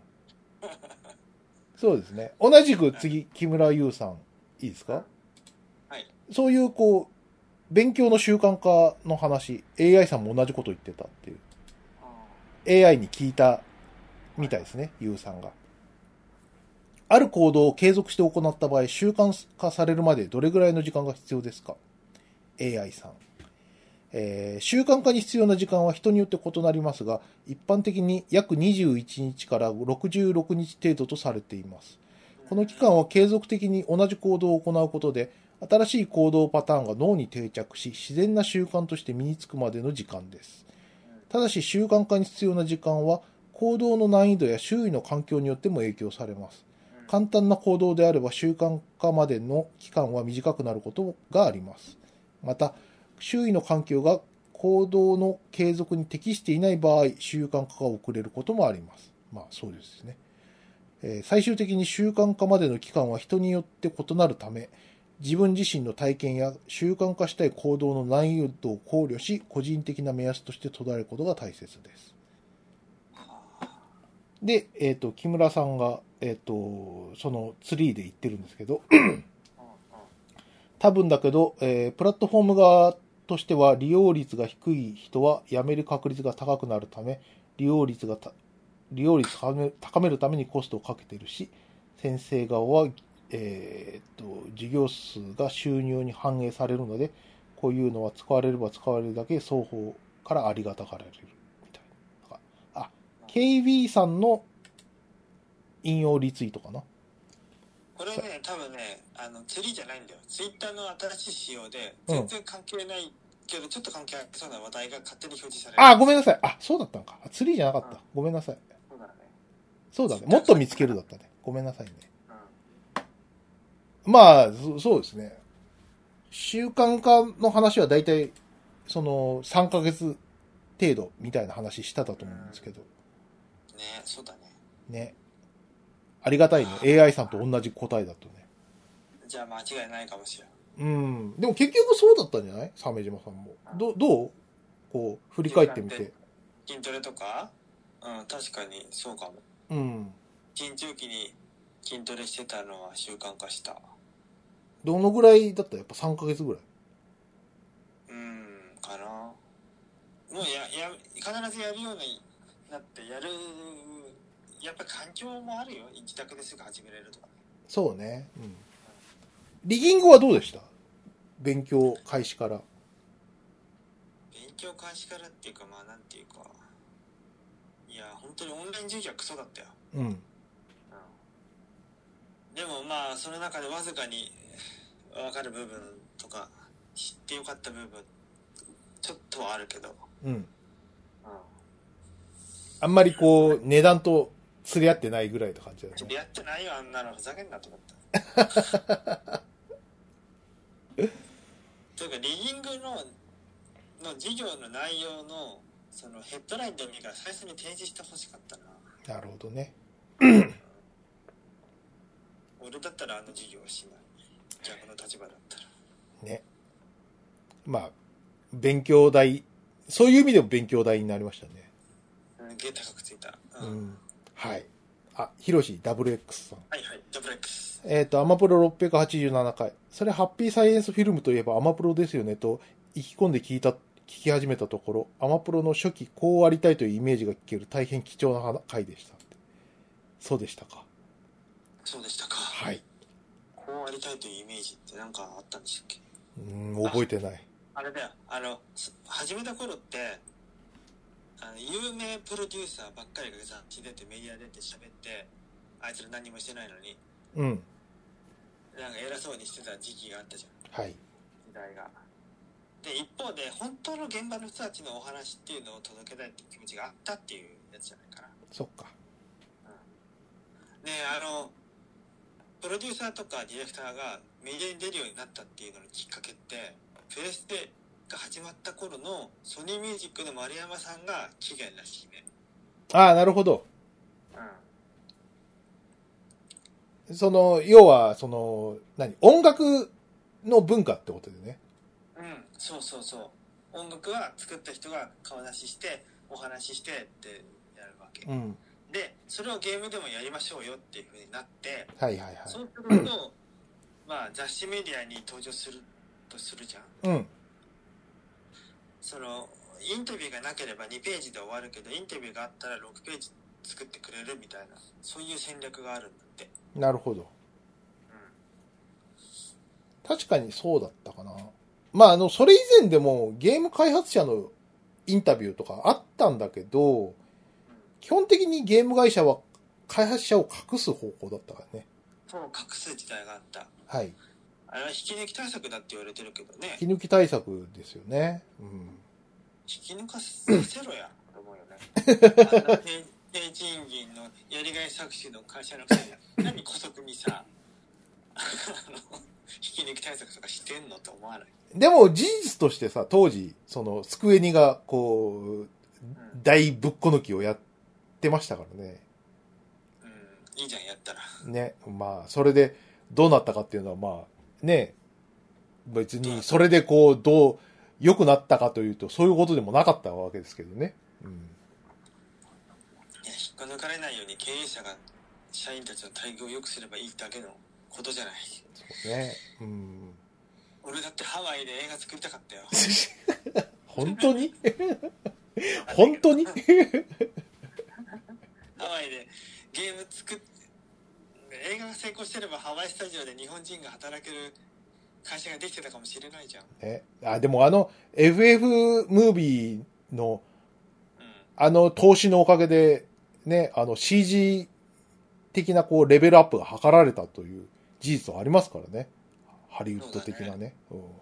そうですね。同じく次、木村優さん、いいですかはい。そういう、こう、勉強の習慣化の話、AI さんも同じこと言ってたっていう。AI に聞いたみたいですね、優さんが。ある行動を継続して行った場合、習慣化されるまでどれぐらいの時間が必要ですか ?AI さん。えー習慣化に必要な時間は人によって異なりますが、一般的に約21日から66日程度とされています。この期間は継続的に同じ行動を行うことで、新しい行動パターンが脳に定着し、自然な習慣として身につくまでの時間です。ただし、習慣化に必要な時間は、行動の難易度や周囲の環境によっても影響されます。簡単な行動であれば習慣化までの期間は短くなることがあります。また、周囲の環境が行動の継続に適していない場合、習慣化が遅れることもあります。まあ、そうですね。えー最終的に習慣化までの期間は人によって異なるため、自分自身の体験や習慣化したい行動の難易度を考慮し、個人的な目安として捉えることが大切です。で、えっ、と、木村さんが、えっ、と、そのツリーで言ってるんですけど、多分だけど、えープラットフォーム側としては利用率が低い人は辞める確率が高くなるため、利用率がた、利用率を高め高めるためにコストをかけてるし、先生側は、えーっと、事業数が収入に反映されるので、こういうのは使われれば使われるだけ双方からありがたがられる。みたいな。あ、KB さんの引用リツイートかな。これね多分ねあの釣りじゃないんだよツイッターの新しい仕様で全然関係ないけど、ちょっと関係ありそうな話題が勝手に表示されるあ、ごめんなさい。あ、そうだったのか。あツリーじゃなかった。ごめんなさい。そうだねそうだね。もっと見つけるだったね。ごめんなさいね。まあ、そそうですね。習慣化の話は大体、その、3ヶ月程度みたいな話しただと思うんですけど、うんねそうだねね。ありがたいね。AI さんと同じ答えだとね。じゃあ間違いないかもしれないうん。でも結局そうだったんじゃない鮫島さんも。ど、どうこう、振り返ってみて。筋トレとかうん確かにそうかもうん。緊張期に筋トレしてたのは習慣化したどのぐらいだったやっぱ3ヶ月ぐらい。うんかなもうやや必ずやるようになってやるやっぱ環境もあるよ自宅ですぐ始めれるとかねそうね。うん。リギングはどうでした勉強開始から。勉強開始からっていうかまあなんていうかいや本当にオンライン授業はクソだったよ、うん。でもまあその中でわずかにえー分かる部分とか知ってよかった部分ちょっとはあるけど、うん。あんまりこう、値段と釣り合ってないぐらいの感じだちょっねと。やってないよあんなのふざけんなと思った というかリギングのの授業の内容のそのヘッドラインでもいいから最初に提示してほしかったななるほどね。俺俺だったらあの事業はしない逆の立場だったらね。まあ、勉強代、そういう意味でも勉強代になりましたね。すげえ高くついた、ううんん。はい。あ、ヒロシ WX さん。はいはいダブル X えっ、と、アマプロ687回。それ、ハッピーサイエンスフィルムといえばアマプロですよねと、意気込んで聞いた、聞き始めたところ、アマプロの初期、こうありたいというイメージが聞ける大変貴重な回でした。そうでしたか。そうでしたかはい。こうありたいというイメージってなんかあったんでしたっけうーん、覚えてない。あれだよあのす始めた頃ってあの有名プロデューサーばっかりが雑誌出てメディア出て喋ってあいつら何もしてないのにうん。なんか偉そうにしてた時期があったじゃんはい。時代がで一方で本当の現場の人たちのお話っていうのを届けたいっていう気持ちがあったっていうやつじゃないかなそっか。ねあのプロデューサーとかディレクターがメディアに出るようになったっていうののきっかけってプレステが始まった頃のソニーミュージックの丸山さんが起源らしいねああ、なるほど。うその、要は、その、何音楽の文化ってことでね。ん、うん、そうそうそう音楽は作った人が顔出ししてお話ししてってやるわけ、うん。でそれをゲームでもやりましょうよっていうふうになってはいはいはい。そうすると、まあ、雑誌メディアに登場するとするじゃん。うん。そのインタビューがなければ2ページで終わるけどインタビューがあったら6ページ作ってくれるみたいなそういう戦略があるんだって、なるほど。確かにそうだったかな。まあ、あの、それ以前でもゲーム開発者のインタビューとかあったんだけど、基本的にゲーム会社は開発者を隠す方向だったからね。そう隠す時代があったはい。あれは引き抜き対策だって言われてるけどね引き抜き対策ですよね。うん。引き抜かせろやと思うよねあんな低低賃金のやりがい搾取の会社のくせに何姑息にさ あの引き抜き対策とかしてんのと思わない、でも事実としてさ、当時、その、スクエニが、こう、うん大ぶっこ抜きをやってましたからね。うん、いいじゃんやったらね。まあ、それでどうなったかっていうのは、まあ、ね、別にそれでこう、どう、良くなったかというと、そういうことでもなかったわけですけどね。うん。いや引っこ抜かれないように経営者が社員たちの待遇を良くすればいいだけのことじゃないそうね。うん。俺だってハワイで映画作りたかったよ本当に 本当にハワイでゲーム作っ映画が成功してればハワイスタジオで日本人が働ける会社ができてたかもしれないじゃん、ね。あ、でもあの、FF ムービーの、うあの投資のおかげで、ね、あの CG 的なこうレベルアップが図られたという事実はありますからね。ハリウッド的なね。うんんうん、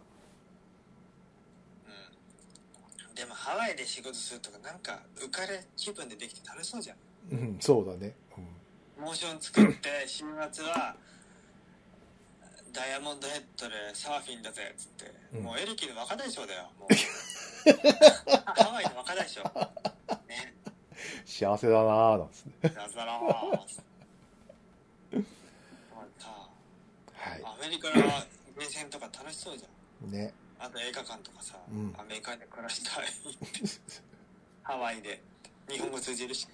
でもハワイで仕事するとかなんか浮かれ気分でできて楽しそうじゃんうん、そうだね。モーション作って週末はダイヤモンドヘッドでサーフィンだぜっつって、うんもうエリキの若大将だよもう ハワイの若大将ね幸せだなぁ、なんですね。だざらーもうさはアメリカの目線とか楽しそうじい。ね。ゃんあと映画館とかさ、うんアメリカで暮らしたい ってハワイで日本語通じるし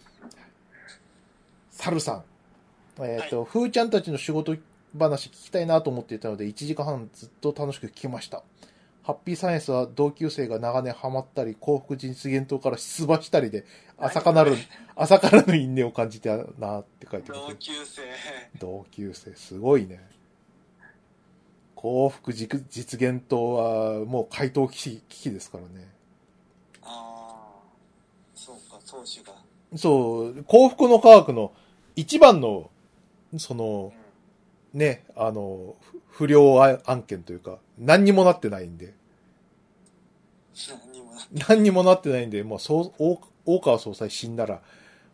サルさん。えっ、と、ふーちゃんたちの仕事話聞きたいなと思っていたので、1時間半ずっと楽しく聞きました。ハッピーサイエンスは同級生が長年ハマったり、幸福実現党から出馬したりで、朝からぬ、朝からの因縁を感じたなって書いてます同。級生同級生、すごいね。幸福実現党は、もう回答危機危機ですからね。ああそうか当主が、そう、幸福の科学の一番の、そのう、んね、あの、ふ不良あ案件というか、何にもなってないんで、何にもな何にもなってないんで、もう、そう大大川総裁死んだら、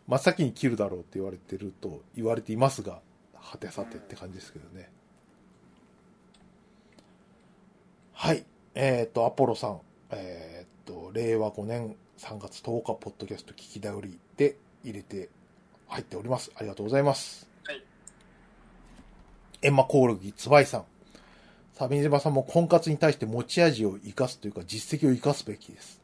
真っ先に切るだろうって言われてると言われていますが、果てさてって感じですけどね。はい。えっ、と、アポロさん。えっ、と、令和5年3月10日、ポッドキャスト聞き頼りで入れて入っております。ありがとうございます。はい。エンマコオロギ、つばいさん。鮫島さんも婚活に対して持ち味を生かすというか実績を生かすべきです。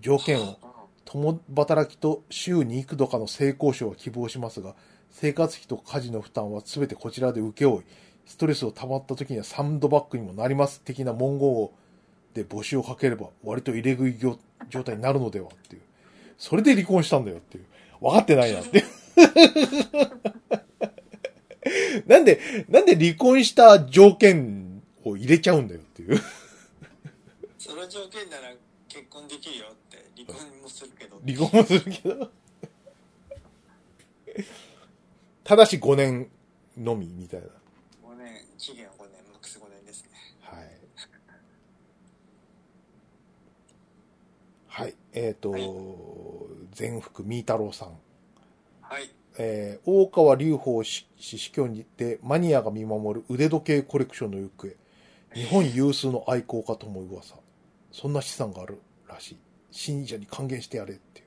条件を共働きと週に幾度かの性交渉を希望しますが、生活費と家事の負担は全てこちらで請け負い、ストレスを溜まった時にはサンドバッグにもなります的な文言をで募集をかければ割と入れ食い業状態になるのではっていう。それで離婚したんだよっていう。分かってないなっていう。 なんで、なんで離婚した条件を入れちゃうんだよっていう。 その条件なら結婚できるよって離婚もするけど離婚もするけど。ただし5年のみみたいな。 5年期限は5年マックス5年ですねはい。はい。えっ、と、はい全福みーたろうさん。はいえー大川隆法氏死去にてマニアが見守る腕時計コレクションの行方。日本有数の愛好家とも噂。そんな資産があるらしい。信者に還元してやれっていう。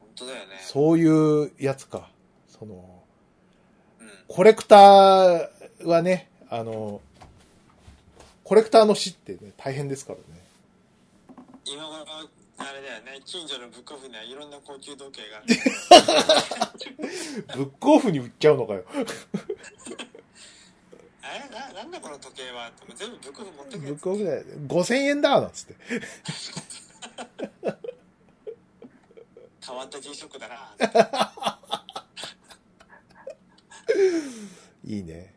本当だよねそういうやつか。その、うんコレクターはね、あの、コレクターの死ってね、大変ですからね。今頃あれだよね近所のブックオフにはいろんな高級時計 がブックオフに売っちゃうのかよ。あれななんだこの時計はとか全部ブックオフ持ってくブるックオフで5000円だなんつって。変わった G ショックだないいね。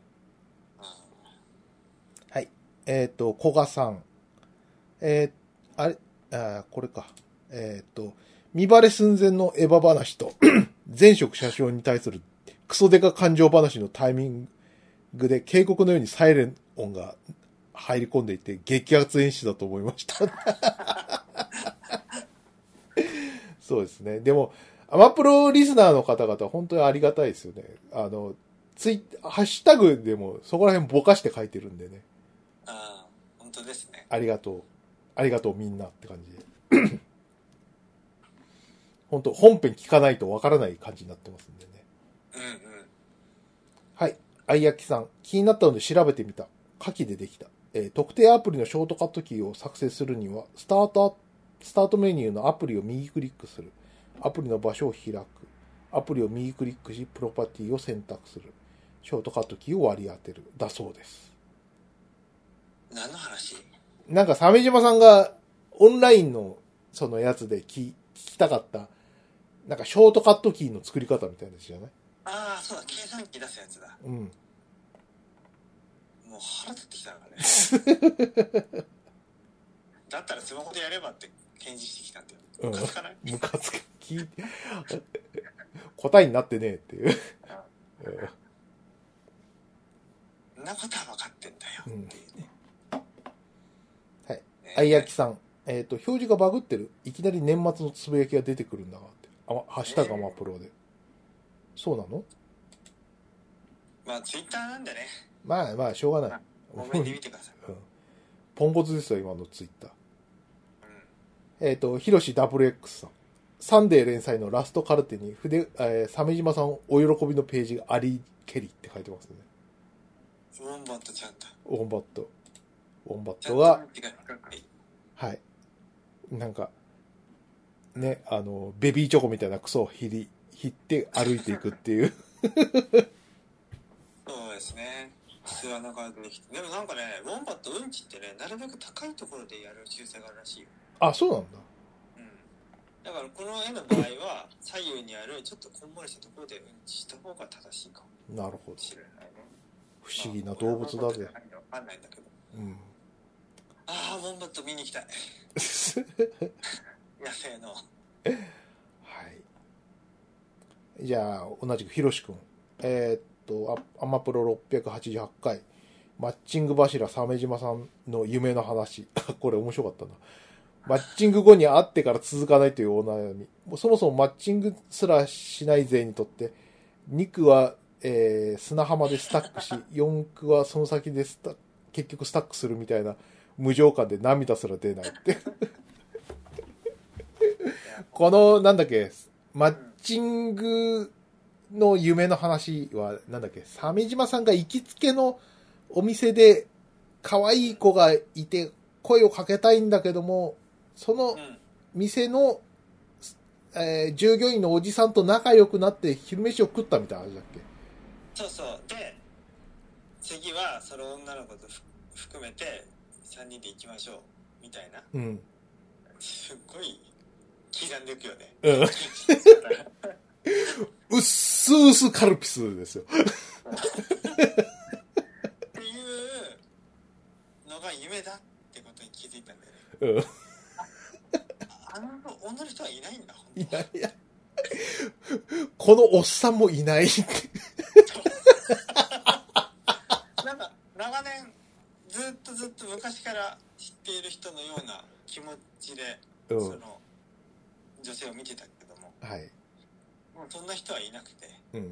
うえっ、と、古賀さん。えーあれ、あーこれか。えっ、と、見バレ寸前のエヴァ話と、 前職車掌に対するクソデカ感情話のタイミングで警告のようにサイレン音が入り込んでいて、激アツ演出だと思いました。 そうですね。でも、アマプロリスナーの方々、本当にありがたいですよね。あの、ツイッハッシュタグでもそこら辺ぼかして書いてるんでね。んうん本当ですねありがとう。ありがとうみんなって感じで。 本当本編聞かないとわからない感じになってますんでね。うんうんはい。あいやきさん。気になったので調べてみた。下記でできた。えー特定アプリのショートカットキーを作成するには、スタートア、スタートメニューのアプリを右クリックする。アプリの場所を開く。アプリを右クリックし、プロパティを選択する。ショートカットキーを割り当てる。だそうです。何の話なんか、鮫島さんが、オンラインの、そのやつで聞聞きたかった、なんか、ショートカットキーの作り方みたいなやつじゃないああそうだ計算機出すやつだうん。もう腹立ってきたのがね だったらスマホでやればって返事してきたんだようんムカつかないムカつく。聞いて、答えになってねえっていう。そんなことは分かってんだようんっていうねはいねあいやきさん。えっ、と、表示がバグってる。いきなり年末のつぶやきが出てくるんだなって。あま、ハッシュタグアマプロで。そうなのまあツイッターなんでねまあまあ、しょうがない。多めに見てくださいうんポンコツですよ、今のツイッター。うえっ、と、ヒロシ WX さん。サンデー連載のラストカルテに筆、えー、鮫島さんお喜びのページがありけりって書いてますね。んウォンバットちゃんとウォンバット。ウォンバッちゃんとトが、見てくださいはい。なんか、ね、あの、ベビーチョコみたいなクソをひり、ひって歩いていくっていう。そうですね普通はなかなかできてでもなんかねウォンバットうんちってねなるべく高いところでやる習性があるらしいよ あ、そうなんだ。うんだからこの絵の場合は左右にあるちょっとこんもりしたところでうんちした方が正しいかもなるほど。しれないね不思議な動物だぜ。わかんないんだけどうん。 ああウォンバット見に行きたい野生のはい。じゃあ、同じくひろしくん。えーっとア、アマプロ688回、マッチング柱鮫島さんの夢の話。 これ面白かったな。マッチング後に会ってから続かないというお悩み。もうそもそもマッチングすらしない勢にとって、2区は、えー砂浜でスタックし、4区 はその先でスタ結局スタックするみたいな無情感で涙すら出ないって。 この、なんだっけ、マッチングの夢の話は、なんだっけ、鮫島さんが行きつけのお店で、可愛い子がいて、声をかけたいんだけども、そのうん店の、えー従業員のおじさんと仲良くなって昼飯を食ったみたいな話だっけそうそうで次はその女の子とふ含めて3人で行きましょうみたいなうん。すっごい刻んでいくよね うん。うっすうすカルピスですよ。っていうのが夢だってことに気づいたんだよねうん。あの女の人はいないんだほんいやいや。このおっさんもいないって。となんか長年ずっとずっと昔から知っている人のような気持ちで、うそん。の女性を見てたけどもはい。もうそんな人はいなくてうん。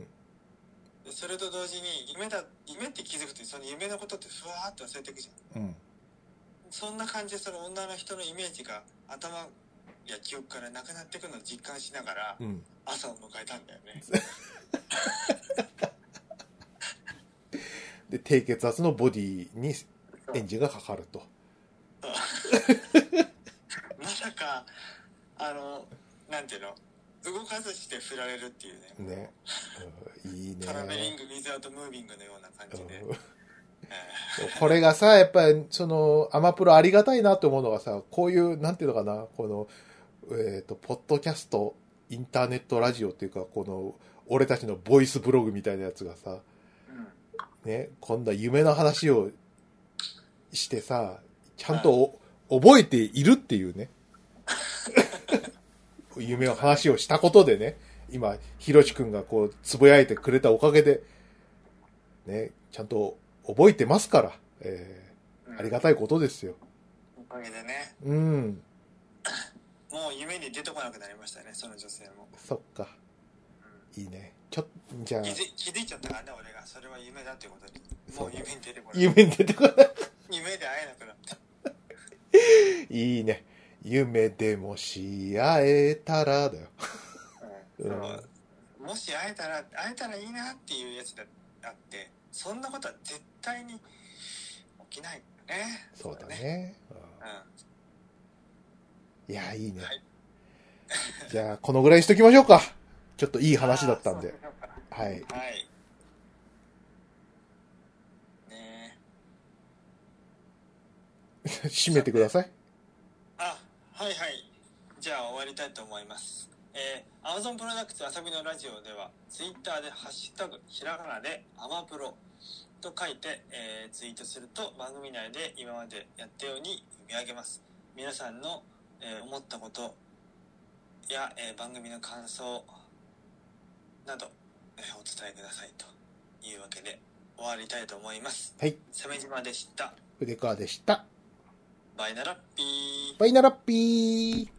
でそれと同時に夢だ夢って気づくとその夢のことってふわーっと忘れていくじゃんうん。そんな感じでその女の人のイメージが頭や記憶からなくなっていくのを実感しながらうん。朝を迎えたんだよねで、低血圧のボディにエ ンジンがかかると。まさかあのなんていうの動かずして振られるっていうねね。うんいいねト。ラベリング・ウィズアウト・ムービングのような感じで、うんえこれがさ、やっぱり、その、アマプロありがたいなって思うのがさ、こういう、なんていうのかな、この、えっ、と、ポッドキャスト、インターネットラジオっていうか、この、俺たちのボイスブログみたいなやつがさ、ーうんね、今度は夢の話をしてさ、ちゃんとお覚えているっていうね。夢の話をしたことでね、今、ひろしくんがこう、つぶやいてくれたおかげで、ね、ちゃんと覚えてますから、えうんーありがたいことですよ。おかげでねうん、もう夢に出てこなくなりましたねその女性も、そっか、いいね。ちょ、じゃあ気、づ気づいちゃったからね俺がそれは夢だっていうことにもう夢に出てこない夢に出てこない。夢で会えなくなったいいね。夢でもし会えたらだよ。そううんもし会えたら会えたらいいなっていうやつだあってそんなことは絶対に起きないよねそうだね。うんういや、いいねはい。じゃあ、このぐらいにしときましょうか。ちょっといいん話だったんであー。そうかはい。はいねえ締めてください。あはいはいじゃあ終わりたいと思いますえー、Amazon プロダクツ遊びのラジオでは Twitter で「ハッシュタグひらがな」で「アマプロ」と書いて、えーツイートすると番組内で今までやったように読み上げます皆さんの、えー思ったことや、えー番組の感想など、えーお伝えくださいというわけで終わりたいと思いますはい。鮫島でした筆川でした。バイナラッピーバイナラッピー。